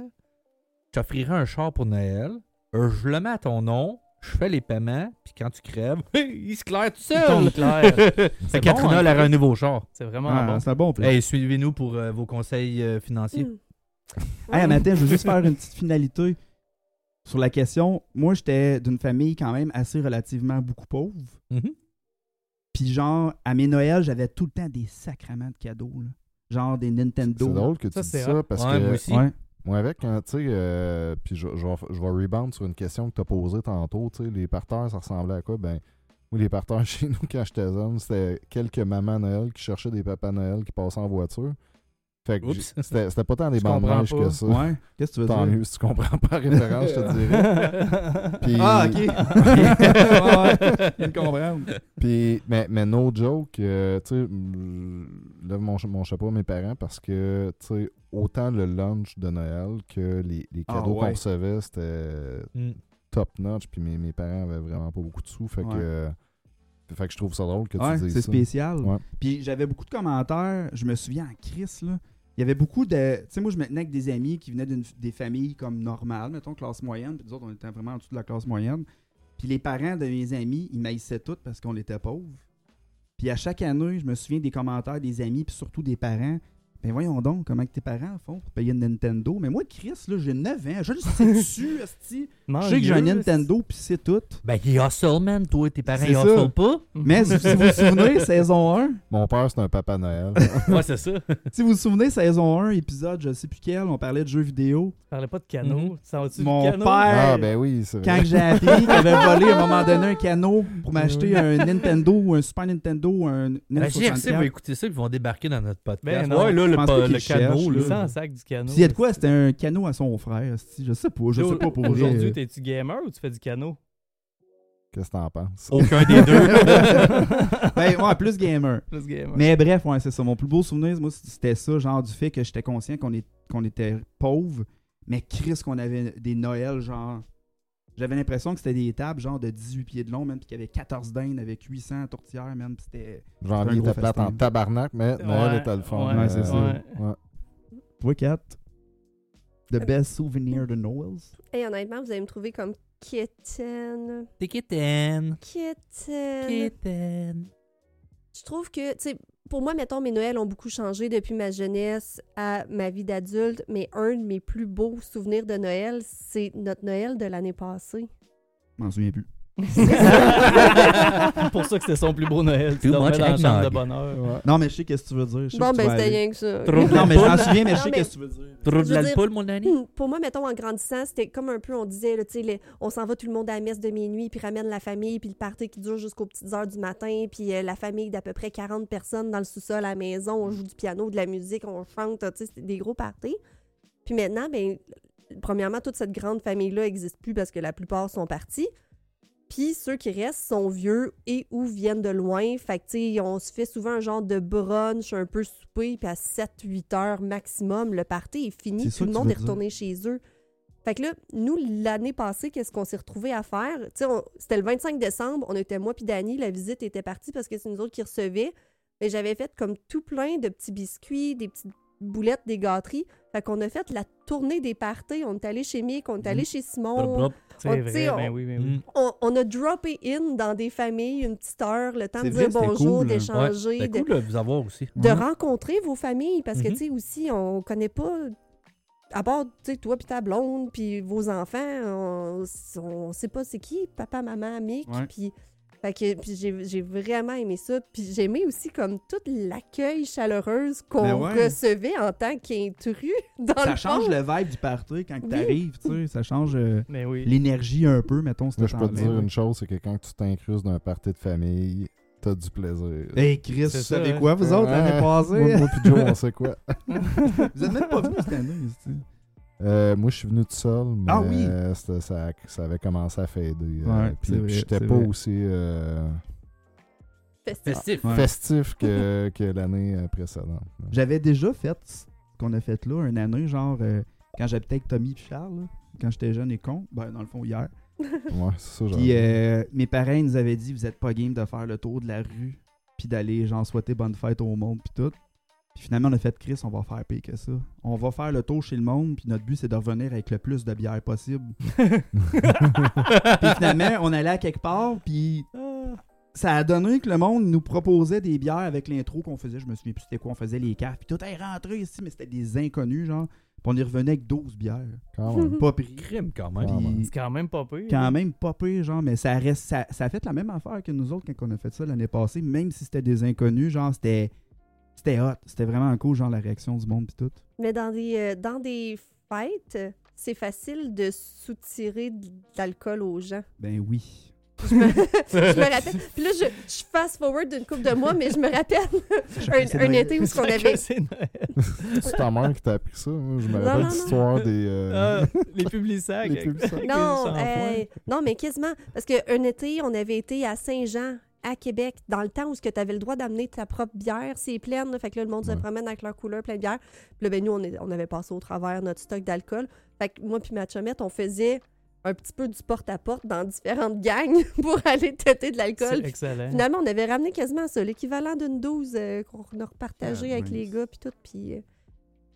je t'offrirais un char pour Noël, euh, je le mets à ton nom, je fais les paiements, puis quand tu crèves, il se claire tout Il tombe seul. clair. C'est Fait Katrina, bon, elle hein, aurait un nouveau char. C'est vraiment Ah, bon. c'est un bon plan. Hey, suivez-nous pour euh, vos conseils euh, financiers. Mm. Hey, Anathène, je veux juste faire une petite finalité sur la question. Moi, j'étais d'une famille quand même assez relativement beaucoup pauvre. Mhm. Puis genre, à mes Noëls, j'avais tout le temps des sacrements de cadeaux. là. Genre des Nintendo. C'est drôle que tu Ça, dis c'est ça, parce Ouais, moi que aussi. Ouais. moi, avec, quand, tu sais, euh, puis je, je vais, je vais rebound sur une question que tu as posée tantôt, tu sais, les parterres, ça ressemblait à quoi? Ben, moi, les parterres chez nous, quand j'étais jeune, c'était quelques mamans Noël qui cherchaient des papas Noël qui passaient en voiture. Fait que Oups. j- c'était c'était pas tant des Je bandes comprends neiges pas. que ça. Ouais. Qu'est-ce que tu veux Tant dire? mieux, si tu comprends pas la référence, je te dirais. Puis- Ah, ok. ouais, ouais. Il me comprend. Puis, mais, mais no joke, euh, tu sais, m- je lève mon, cha- mon chapeau à mes parents parce que, tu sais, autant le lunch de Noël que les, les Ah, cadeaux ouais. qu'on recevait, c'était Mm. top notch. Puis mes, mes parents avaient vraiment pas beaucoup de sous. Fait Ouais. que. euh, Fait que je trouve ça drôle que Ouais, tu dises c'est ça. spécial. Ouais. Puis j'avais beaucoup de commentaires. Je me souviens en Chris, là. Il y avait beaucoup de. Tu sais, moi, je me tenais avec des amis qui venaient d'une- des familles comme normales, mettons, classe moyenne. Puis nous autres, on était vraiment en dessous de la classe moyenne. Puis les parents de mes amis, ils maïssaient toutes parce qu'on était pauvres. Puis à chaque année, je me souviens des commentaires des amis, puis surtout des parents. Mais voyons donc, comment que tes parents font pour payer une Nintendo. Mais moi, Chris, là, j'ai 9 ans. Je le sais dessus, esti. Je sais que j'ai un Nintendo, puis c'est tout. Ben, ils hustle, man. Toi, tes parents, C'est ils ça. hustle pas. Mais si si vous vous souvenez, saison 1, Mon père, c'est un papa Noël. Moi, c'est ça. si vous vous souvenez, saison 1, épisode, je sais plus quel, on parlait de jeux vidéo. Tu parlais pas de canot. Mm-hmm. Mhm. Tu sens-tu Mon le canot? père- ah, ben oui, c'est Quand vrai. que j'ai appris qu'il avait volé à un moment donné un canot pour m'acheter un Nintendo ou un Super Nintendo ou un La Nintendo GRC va écouter ça, ils vont débarquer dans notre podcast. Ben non, ouais, là, je le, pense pa- pas qu'ils le cherchent, canot, Il là. là. sent le sac du canot. Puis il y a de quoi? C'était un canot à son frère. esti. Je sais pas, je sais pas pour vrai. Aujourd'hui, t'es-tu gamer ou tu fais du canot? Qu'est-ce que t'en penses? Oh, Aucun des deux. Ben, ouais, plus gamer. Plus gamer. Mais bref, ouais, c'est ça. Mon plus beau souvenir, moi, c'était ça, genre du fait que j'étais conscient qu'on est- qu'on était pauvre, mais Chris, qu'on avait des Noëls, genre. J'avais l'impression que c'était des tables, genre de 18 pieds de long, même, puis qu'il y avait 14 dindes avec 800 tourtières, même. puis c'était. Janvier gros était plate en festin. tabarnak, mais Noël Ouais, était le Euh, fond. ouais, Ouais, c'est ça. Ouais. Toi, Kat, The Euh, best souvenir de Noëls. Et honnêtement, vous allez me trouver comme kitten. T'es kitten. Kitten. Kitten. Je trouve que, tu sais, pour moi, mettons, mes Noëls ont beaucoup changé depuis ma jeunesse à ma vie d'adulte, mais un de mes plus beaux souvenirs de Noël, c'est notre Noël de l'année passée. Je m'en souviens plus. C'est pour ça que c'était son plus beau Noël. Tu Too dormais much dans la chambre de eggnog. bonheur. Non, mais je sais qu'est-ce que tu veux dire. je sais Bon, que tu ben, vas c'était aller. rien que ça. Trop de Non, mais je m'en souviens, mais je Non, sais mais- qu'est-ce que tu veux dire. Trop Je de veux l'alcool, mon ami. Mmh, Pour moi, mettons, en grandissant, c'était comme un peu, on disait, là, tu sais, le- on s'en va tout le monde à la messe de minuit, puis ramène la famille, puis le party qui dure jusqu'aux petites heures du matin, puis euh, la famille d'à peu près 40 personnes dans le sous-sol à la maison, on joue du piano, de la musique, on chante, tu sais, c'était des gros parties. Puis maintenant, ben, premièrement, toute cette grande famille-là n'existe plus parce que la plupart sont partis. Puis ceux qui restent sont vieux et ou viennent de loin. Fait que, tu sais, on se fait souvent un genre de brunch, un peu souper, puis à 7-8 heures maximum, le party est fini. C'est Tout ça le que tu monde veux est retourné chez eux. Fait que là, nous, l'année passée, qu'est-ce qu'on s'est retrouvé à faire? Tu sais, on- c'était le 25 décembre, on était moi puis Dani, la visite était partie parce que c'est nous autres qui recevaient. Mais j'avais fait comme tout plein de petits biscuits, des petites boulettes, des gâteries. Fait qu'on a fait la tournée des parties. On est allé chez Mick, on est allé Mhm. Mm. chez Simon. C'est On- tu vrai, sais, on- ben oui, ben Mm. oui. On, on a droppé in dans des familles une petite heure, le temps de C'est dire vrai, c'était bonjour, cool. hein. d'échanger, C'est ben de, Ben, cool de vous avoir aussi. Mm. de Ouais. rencontrer vos familles. Parce que, Mhm. Mm-hmm. tu sais, aussi, on connaît pas, à part, tu sais, toi puis ta blonde, puis vos enfants, on, on sait pas c'est qui, papa, maman, Mick, Ouais. puis... Fait que puis j'ai j'ai vraiment aimé ça. Puis j'ai aimé aussi comme tout l'accueil chaleureuse Ben qu'on ouais. recevait en tant qu'intrus dans Ça le change fond. le vibe du party quand Oui. t'arrives, tu sais. Ça change euh, Mais Ben oui. l'énergie un peu, mettons, Là, c'était je peux te dire une chose, c'est que quand tu t'incrustes d'un party de famille, t'as du plaisir. Hey Chris, vous C'est ça, savez hein. quoi, vous autres, l'année Ouais. passée? Moi, moi pis Joe, on sait quoi. Vous êtes même pas venus cette année, c'est- Euh, moi, je suis venu tout seul, mais Ah oui? euh, c'était- ça, ça avait commencé à fader. euh, Ouais, c'est puis- vrai, puis j'étais c'est pas vrai. aussi euh, Festif. Festif. Ouais. festif que, que l'année euh, précédente. J'avais déjà fait ce qu'on a fait là, une année, genre, euh, quand j'habitais avec Tommy et Charles, là, quand j'étais jeune et con, ben dans le fond, hier. Ouais, c'est ça, genre. Puis euh, mes parents ils nous avaient dit, vous êtes pas game de faire le tour de la rue, puis d'aller, genre, souhaiter bonne fête au monde, puis tout. Puis finalement, on a fait Chris, on va faire pire que ça. On va faire le tour chez le monde, puis notre but, c'est de revenir avec le plus de bière possible. Puis finalement, on allait à quelque part, puis ça a donné que le monde nous proposait des bières avec l'intro qu'on faisait. Je me souviens plus c'était quoi, on faisait les cartes, puis tout est rentré ici, mais c'était des inconnus, genre. Puis on y revenait avec 12 bières. Quand même. Pas pris. Crime, quand Ouais, même. ouais. Puis C'est quand même pas pire. quand même pas pire, genre, mais ça reste. Ça, ça a fait la même affaire que nous autres quand on a fait ça l'année passée, même si c'était des inconnus, genre, c'était. C'était hot. C'était vraiment cool, genre, la réaction du monde, puis tout. Mais dans des, euh, dans des fêtes, euh, c'est facile de soutirer de l'alcool aux gens. Ben oui. Je me, je me rappelle. Puis là, je, je fast forward d'une couple de mois, mais je me rappelle un, un été où ce qu'on Chacun avait. ses Noël. C'est ta mère qui t'a appris ça. Moi, je me Non, rappelle non, l'histoire des. euh, Ah, les publics sacs. Les publics sacs. Non, euh, non, mais quasiment. Parce qu'un été, on avait été à Saint-Jean, à Québec, dans le temps où tu avais le droit d'amener ta propre bière, c'est pleine. là. fait que là, le monde se Ouais. promène avec leur couleur plein de bière. Puis là, ben, nous, on, est- on avait passé au travers notre stock d'alcool. Fait que moi puis ma chumette, on faisait un petit peu du porte-à-porte dans différentes gangs pour aller têter de l'alcool. C'est excellent. Finalement, on avait ramené quasiment ça, l'équivalent d'une douze euh, qu'on a repartagé Ah, avec mince. les gars, puis tout. Puis euh,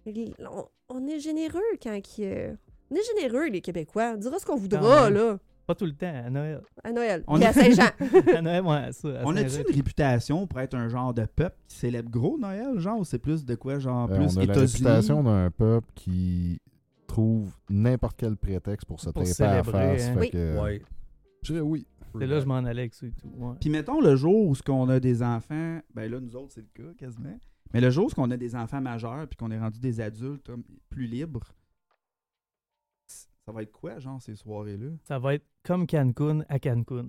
les- euh, on, on est généreux quand qui. on est généreux, les Québécois. On dira ce qu'on voudra, même. là. Pas tout le temps, à Noël. À Noël. On Puis est- à Saint-Jean. à Noël, moi, ça. à On a-tu Saint-Jean. une réputation pour être un genre de peuple qui célèbre gros Noël, genre, ou c'est plus de quoi, genre, Euh, Ah, plus on a la réputation d'un peuple qui trouve n'importe quel prétexte pour se Pour taper à la célébrer, face. hein. fait Oui. que, Ouais. Je dirais oui. C'est là je m'en allais avec ça et tout. ouais. Puis mettons le jour où ce qu'on a des enfants, ben là nous autres c'est le cas quasiment. Mais le jour où ce qu'on a des enfants majeurs puis qu'on est rendu des adultes hein, plus libres, c- ça va être quoi genre ces soirées là Ça va être comme Cancun à Cancun.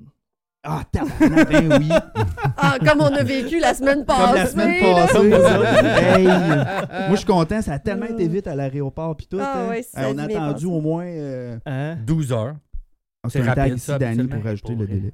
Ah tabarnak, ben oui. Ah, comme on a vécu la semaine passée. Comme la semaine là. passée. Hey, moi je suis content, ça a tellement été vite à l'aéroport puis tout. Ah hein. ouais, ça on a a bien attendu passé. au moins euh, Hein? 12 heures. c'est C'est un tag rapide, ici ça, Dani pour habituellement, rajouter pour le vrai. délai.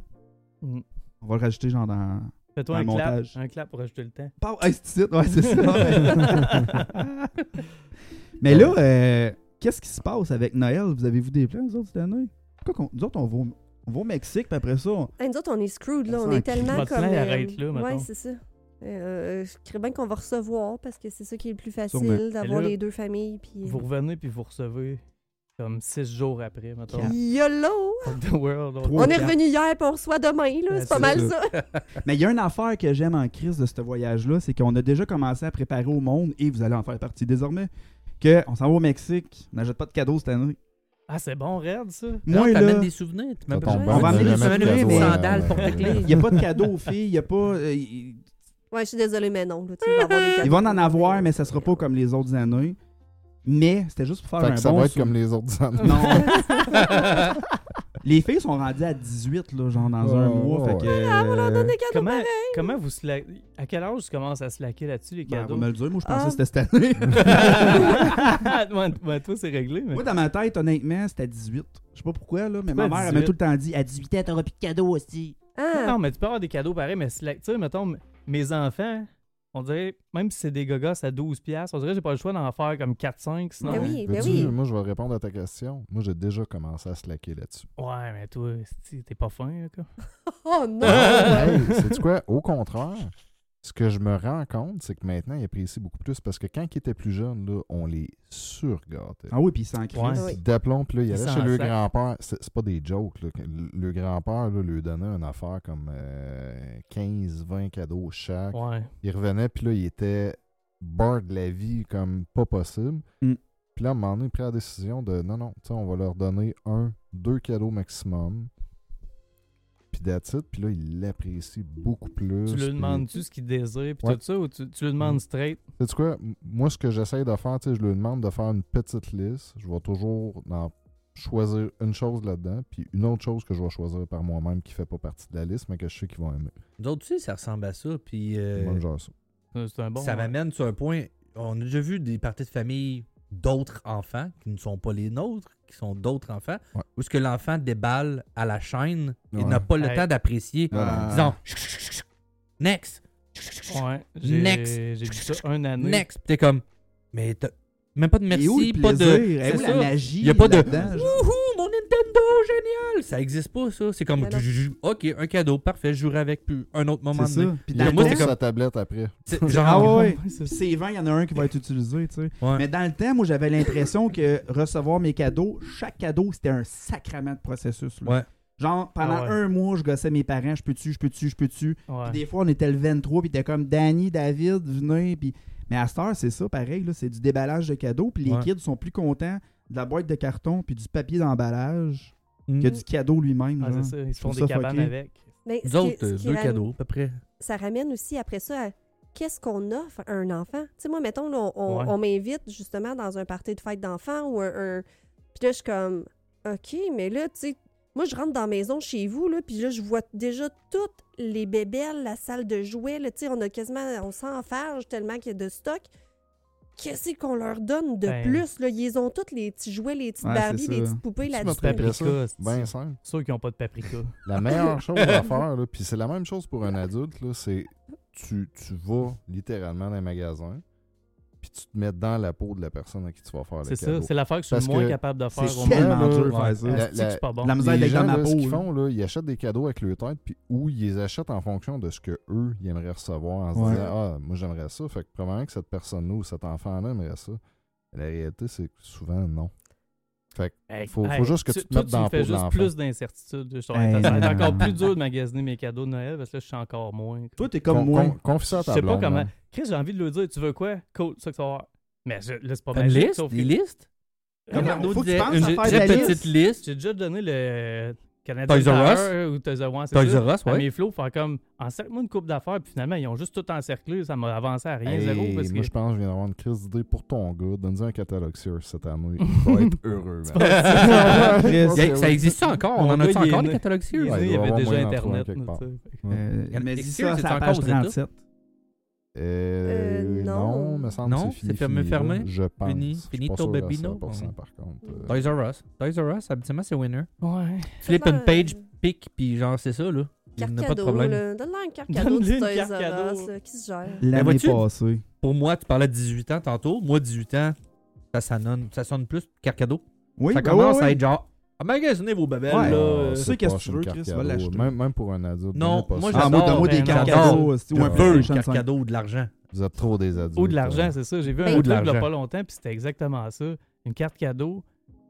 Mm. On va le rajouter genre dans Fais-toi Un un, clap. montage. Un clap pour ajouter le temps. Pow! Hey, c'est ici. ouais, c'est ça. Mais là, euh, qu'est-ce qui se passe avec Noël? Vous avez-vous des plans, vous autres, cette année? Pourquoi qu'on- nous autres, on va, au- on va au Mexique, puis après ça, on- Hey, nous autres, on est screwed, là. Ça On sent est tellement Votre comme. euh, plan, arrête là, mettons. ouais, c'est ça. Euh, je crée bien qu'on va recevoir parce que c'est ça qui est le plus Sûrement. facile d'avoir Et là, les deux familles. Puis. euh, Vous revenez puis vous recevez comme six jours après, mettons. YOLO! Fuck the world. on- Trois. On est revenu hier, puis on reçoit demain, là. Ouais, c'est pas c'est mal ça. ça. Mais il y a une affaire que j'aime en crise de ce voyage-là, c'est qu'on a déjà commencé à préparer au monde, et vous allez en faire partie désormais, que on s'en va au Mexique, on n'achète pas de cadeaux cette année. Ah, c'est bon, raide, ça. Moi, Moi, non, t'amènes là, des souvenirs. Tu Ça m'appelles- tombe On va bien, amener on des a jamais de souvenirs, cadeau, des hein, sandales, mais- porte-clés. il n'y a pas de cadeaux aux filles, il n'y a pas... euh, y- Ouais, je suis désolée, mais non. Là, tu vas avoir des ils vont en avoir, mais ça sera pas comme les autres années. Mais c'était juste pour faire Fait un que ça bon va être sou- comme les autres années. Non. les filles sont rendues à 18, là, genre dans un Ouais, mois. ouais, Fait que. Ah, on leur donne Euh, des cadeaux Comment, pareils. comment vous slack... À quel âge tu commences à slacker là-dessus, les Ben, elle va cadeaux? me le dire, moi je pensais Ah. que c'était cette année. Ouais, ouais, toi, c'est réglé, mais... moi dans ma tête, honnêtement, c'était 18. Je sais pas pourquoi, là, mais ma Pourquoi mère, elle 18? m'a tout le temps dit à 18 ans, t'auras plus de cadeaux aussi. Ah, Non, mais tu peux avoir des cadeaux pareils, mais slack... Tu sais, mettons, m- mes enfants, on dirait, même si c'est des gogos à 12 piastres, on dirait que j'ai pas le choix d'en faire comme 4-5, sinon... Ben oui, ben Veux-tu- oui. Moi, je vais répondre à ta question. Moi, j'ai déjà commencé à slacker là-dessus. Ouais, mais toi, esti, t'es pas fin, là, quoi. Oh non! C'est quoi? Au contraire, ce que je me rends compte, c'est que maintenant, il apprécie beaucoup plus parce que quand il était plus jeune, là, on les surgâtait. Ah oui, puis il s'en crie. Ouais. Oui. D'aplomb, puis là, il Il allait s'en chez le sac. grand-père. C'est c'est pas des jokes. Là. Le le grand-père là, lui donnait une affaire comme 15-20 cadeaux chaque. Ouais. Il revenait, puis là, il était bord de la vie comme pas possible. Mm. Puis là, à un moment donné, il prit la décision de non, non, tu sais, on va leur donner un, deux cadeaux maximum. Puis d'attitude, puis là, il l'apprécie beaucoup plus. Tu lui puis- demandes-tu ce qu'il désire, puis Ouais. Mm. tout ça, ou tu, tu lui demandes straight? Sais-tu quoi? M- Moi, ce que j'essaie de faire, tu sais, je lui demande de faire une petite liste. Je vais toujours en choisir une chose là-dedans, puis une autre chose que je vais choisir par moi-même qui fait pas partie de la liste, mais que je sais qu'ils vont aimer. D'autres, tu sais, ça ressemble à ça. Puis euh, Moi, genre ça. Euh, C'est un bon... ça m'amène sur un point. On a déjà vu des parties de famille d'autres enfants qui ne sont pas les nôtres, qui sont d'autres enfants, Ouais. où est-ce que l'enfant déballe à la chaîne et Ouais. n'a pas le Hey. temps d'apprécier. Ah. Disons, Chut, chut, chut, chut. next, Ouais. J'ai Next. j'ai vu ça un année. next. Puis t'es comme, mais t'as même pas de Et où merci, le pas de. plaisir? Et c'est où la ça. magie? Y a pas de- là-dedans, genre? Wouhou, mon Nintendo, génial! Ça existe pas, ça. C'est comme, Mais non. ok, un cadeau, parfait, je jouerai avec plus un autre moment C'est donné. ça. Puis Il a dans moi, le c'est retourne temps, sa tablette après. C'est- Ah Genre, ouais. c'est puis ça. c'est 20, il y en a un qui va être utilisé, tu sais. ouais. Mais dans le temps, moi, j'avais l'impression que recevoir mes cadeaux, chaque cadeau, c'était un sacrament de processus. là. Ouais. Genre, pendant Ah ouais. un mois, je gossais mes parents, je peux-tu, je peux-tu, je peux-tu. Ouais. Puis des fois, on était le 23, puis t'es comme Danny, David, venez. Puis... Mais à cette heure, c'est ça, pareil, là, c'est du déballage de cadeaux. Puis les Ouais. kids sont plus contents de la boîte de carton, puis du papier d'emballage, Mm. que du cadeau lui-même. Ah, genre. c'est ça. Ils se font trouve des ça cabanes fucké. avec. Mais ce Nous qui- autres, ce euh, qui deux ram- cadeaux, à peu près. Ça ramène aussi après ça à qu'est-ce qu'on offre à un enfant. Tu sais, moi, mettons, là, on, on- Ouais. on m'invite justement dans un party de fête d'enfants ou un. un- Puis là, je suis comme, OK, mais là, tu sais, moi, je rentre dans la maison chez vous, là, puis là, je vois déjà toutes les bébelles, la salle de jouets, là, tu sais, on a quasiment, on s'enfarge tellement qu'il y a de stock. Qu'est-ce qu'on leur donne de Ben. plus, là? Ils ont tous les petits jouets, les petites Ouais, c'est Barbies, ça. les petites poupées, la Tu m'as Disney. préparé ça. paprika, c'est- Ben simple. Ceux qui n'ont pas de paprika. La meilleure chose à faire, là, puis c'est la même chose pour un adulte, là, c'est tu, tu vas littéralement dans un magasin, puis tu te mets dans la peau de la personne à qui tu vas faire le C'est cadeau. ça. C'est l'affaire que je Parce suis le moins que capable de faire au C'est monde. tellement Ouais, dur de ouais. faire ça. La- C'est que c'est pas bon. La misère les d'être gens, dans ma là, peau. ce qu'ils là. font, là, ils achètent des cadeaux avec le tête, puis ou ils les achètent en fonction de ce que eux ils aimeraient recevoir en se Ouais. disant Ah, moi j'aimerais ça. Fait que probablement que cette personne-là ou cet enfant-là aimerait ça. Mais La réalité, c'est que souvent, non. Hey, Faut- faut hey, juste que tu te toi, mettes dans la fais peau de juste l'enfant. plus d'incertitude. je trouve. Hey, ça va être non. encore plus dur de magasiner mes cadeaux de Noël parce que là, je suis encore moins. Toi, t'es Con- comme moi. con- confie ça à je ta sais pas blonde, comment. hein. Chris, j'ai envie de lui dire Tu veux quoi Cool, ça que ça va avoir. Mais je, là, c'est pas Une magique. liste? sauf que- Euh, Des listes? Comme Non, Arnaud Faut que disait, tu penses une à faire très de la petite liste. J'ai déjà donné le Canadian Toys R Us? Tower ou Toys R Us, c'est Toys ça, R Us, à ouais. mes flots, faire comme encercle-moi une coupe d'affaires, puis finalement, ils ont juste tout encerclé, ça m'a avancé à rien, Hey, zéro. Parce que... Moi, je pense que je viens d'avoir une crise d'idée pour ton gars. Donne-lui un catalogue sur cette année. Il va être heureux, man. Il y a- ça existe ça encore? On Mon en gars, a-tu il est encore né- des catalogues Il est Sears? né, Ouais, il il y doit avait avoir déjà moyen d'en Internet. trouver quelque là, part. tu sais. Euh, mais dis Excuse, ça, c'est c'est à la encore page aux États? 37. Euh, Euh, non. non, me semble Non, que c'est c'est fini. fermé, fini, fermé. là, Je pense. Fini, Je suis finito pas sûr à babino. 100%, Ouais. par contre. Euh, Toys R Us. Toys R Us, habituellement, c'est winner. Ouais. Flip and Donne-leur page, une pick, puis genre, c'est ça, là. Il Carte n'y a pas de cadeau, problème. là. Donne-leur une carte cadeau Donne-lui du une Toys carte R cadeau. Us, là, qui se gère. L'année vois-tu? passée. Pour moi, tu parlais de 18 ans tantôt. Moi, 18 ans, ça sonne, ça sonne plus carte cadeau. Oui, ça ben commence ouais, à ouais. être genre, ah, magasinez vos babelles, Ouais. là. euh, Euh, Tu c'est sais qu'est-ce pas que tu une veux, carte Chris, va cadeau. l'acheter. Même, même pour un adulte. Non, donnez pas moi, ça. Ah, moi, j'adore, donne-moi des ben cartes non. cadeaux. c'est- Ou un Je veux PlayStation une carte 5. cadeau ou de l'argent. Vous êtes trop des adultes. Ou de euh. l'argent, c'est ça. J'ai vu Ben, un Ou de truc il y a l'argent. pas longtemps, puis c'était exactement ça. Une carte cadeau,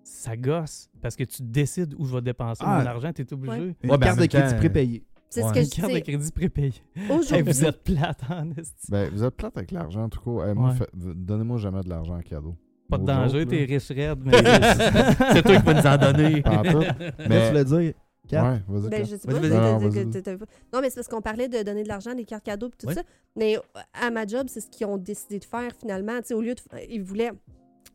ça gosse parce que tu décides où je vais dépenser Ah. mon argent, t'es obligé. Une Ouais, ben, carte en de même temps, crédit prépayée. C'est Ouais. ce que Une je carte de dis. crédit prépayée. Hey, Aujourd'hui, vous êtes plate, en esti. Ben, vous êtes plate avec l'argent, en tout cas. Eh, moi, Ouais. fait- Donnez-moi jamais de l'argent en cadeau. Pas de Nos danger, autres, t'es là. riche raide, mais. c'est toi qui vas nous en donner. Pas en tout. euh, Là, tu Mais. voulais dire. carte. Ouais, vas-y. Ben, carte. je sais Vas-y, pas. vas-y. t'as- Non, t'as- vas-y. t'as- t'as- t'as- Non, mais c'est parce qu'on parlait de donner de l'argent, des cartes cadeaux, puis tout Oui. ça. Mais à ma job, c'est ce qu'ils ont décidé de faire finalement. Tu sais, au lieu de. euh, Ils voulaient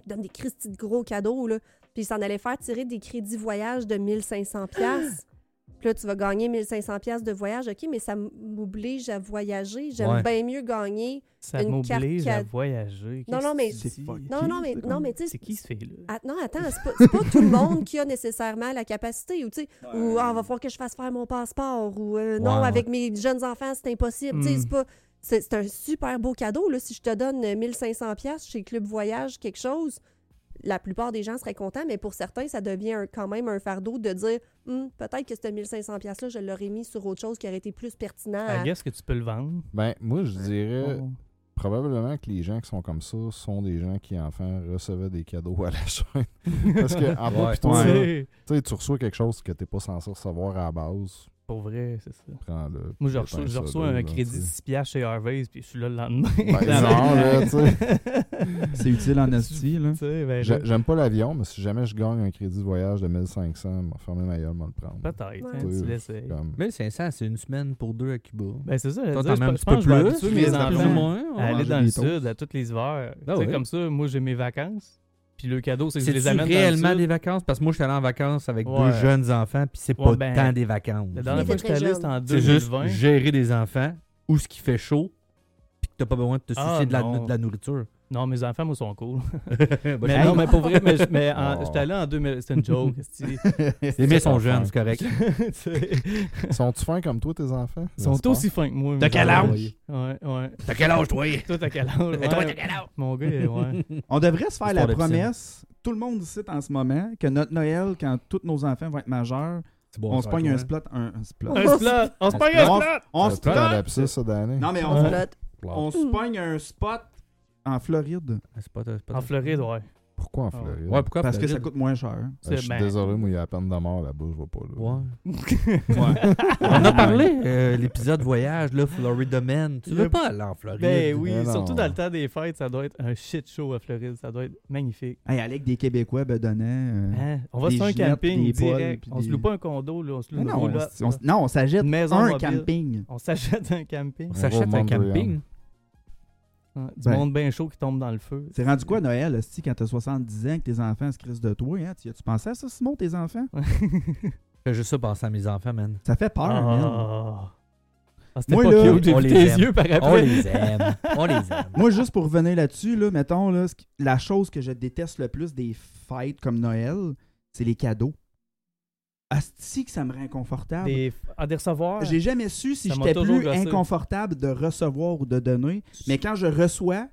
donner des Christy de gros cadeaux, là. Puis ils s'en allaient faire tirer des crédits voyage de 1500$. piastres. Puis là, tu vas gagner 1500$ piastres de voyage. OK, mais ça m'oblige à voyager. J'aime Ouais. bien mieux gagner. ça Une carte m'oblige à cadeau. voyager. Non, Qu'est-ce non, mais- que tu C'est dis? fucké. Non, non, mais, c'est non, comme- mais tu sais, C'est qui ce fait-là? Ah, non, attends, c'est pas, c'est pas tout le monde qui a nécessairement la capacité. Ou, tu sais, ou ah, va falloir que je fasse faire mon passeport. Ou euh, non, Ouais, ouais. avec mes jeunes enfants, c'est impossible. Tu sais, Mm. c'est pas. C'est c'est un super beau cadeau. Là, si je te donne euh, 1500 pièces chez Club Voyage, quelque chose, la plupart des gens seraient contents, mais pour certains, ça devient un- quand même un fardeau de dire Hum, peut-être que ce 1500 pièces-là, je l'aurais mis sur autre chose qui aurait été plus pertinent. à- I guess que tu peux le vendre. Ben, moi, je dirais Oh. probablement que les gens qui sont comme ça sont des gens qui, enfants, recevaient des cadeaux à la chaîne. Parce que, en toi, Ouais. pis toi, Tu là, sais, tu sais, tu reçois quelque chose que t'es pas censé recevoir à la base. Pour vrai, c'est ça. Prends-le. Moi, je reçois, dépense je ça reçois là, un là, crédit tu 6 piastres chez Harvey's, puis je suis là le lendemain. Ben, non, là, tu sais. C'est utile en esti, là. Tu sais, ben, J'a- là, J'aime pas l'avion, mais si jamais je gagne un crédit de voyage de 1500, m'en fermer ma gueule, m'en le prendre. Peut-être, hein, Ouais. tu l'essayes. Comme- 1500, c'est une semaine pour deux à Cuba. Ben, c'est ça, je veux Toi, dire, t'en je mets un pense- petit je pense peu que je vais plus. habituer tu mes laisses Plus ou enfants moins, à ouais. aller manger dans des le toasts. sud à tous les Ah hivers. tu sais, ouais. comme ça, moi, j'ai mes vacances, puis le cadeau, c'est que je les C'est-tu amène dans réellement le sud. des vacances? Parce que moi, je suis allé en vacances avec Ouais. deux jeunes enfants, puis c'est Ouais, pas ben, tant des vacances. La dernière Il fois était que j'étais très allé, c'était en C'est juste 2020. gérer des enfants, ou ce qui fait chaud, puis que t'as pas besoin de te soucier Ah, de, la, non. de la nourriture. Non, mes enfants, moi, sont cool. Bonne Mais chance. non, mais pour vrai, mais, je- mais en- Oh. j'étais allé en 2000. C'était une joke. Les miens C'est sont pas jeunes, fair. c'est correct. Sont-tu fins comme toi, tes enfants? Ils sont J'espère. aussi fins que moi. mes T'as quel enfants. âge? Ouais, ouais. T'as quel âge, toi? Toi, t'as quel âge? Toi, Ouais. t'as quel âge? Mon gars, il est- ouais. On devrait se faire Histoire la de piscine. promesse, tout le monde ici en ce moment, que notre Noël, quand tous nos enfants vont être majeurs, C'est bon, on se ça, pogne toi. un splat, un, un splat. Ouais. Un splat! On se paye un On- splat! On Ça se peut être un pogne- lapsus, ça, euh, d'année. Non, mais on, Ouais. se- Plot. on se pogne un spot en Floride. Ah, C'est pas toi, c'est pas En toi. Floride, ouais. Pourquoi en Ah ouais. Floride? Ouais, pourquoi? Parce que ça Floride? coûte moins cher. Euh, je suis ben- désolé, moi, il y a la peine de mort là-bas, je vois pas là. Ouais. Ouais. On a parlé, Ben euh, l'épisode voyage, là, Florida Man. Tu Il veux a- pas aller en Floride? Ben oui, Mais non. surtout dans le temps des fêtes, ça doit être un shit show à Floride. Ça doit être magnifique. hey, avec des Québécois bedonnants. euh, Hein? On va Des se faire un gilettes, des camping direct. bols, puis on se des- loue pas un condo, là. On se loue mais une non, on, roulotte, s- on s- là. non, on s'achète Une maison un mobile. camping. On s'achète un camping. On va s'achète au un Mondrian. camping. Ouais, Du Ben. monde bien chaud qui tombe dans le feu. C'est rendu quoi Noël, aussi quand t'as 70 ans, que tes enfants se crissent de toi? Hein? Tu, tu pensais à ça, Simon, tes enfants? Fais juste ça penser à mes enfants, man. Ça fait peur, man. Ah. Ah, c'était Moi, pas là, cute, j'ai on vu les tes aime. yeux par après. On les aime. On les aime. Moi, juste pour revenir là-dessus, là, mettons, là, ce qui- la chose que je déteste le plus des fêtes comme Noël, c'est les cadeaux. Asti que ça me rend inconfortable. Des... À des recevoir. J'ai jamais su si Ça m'a j'étais toujours plus gossé. inconfortable de recevoir ou de donner, mais quand je reçois,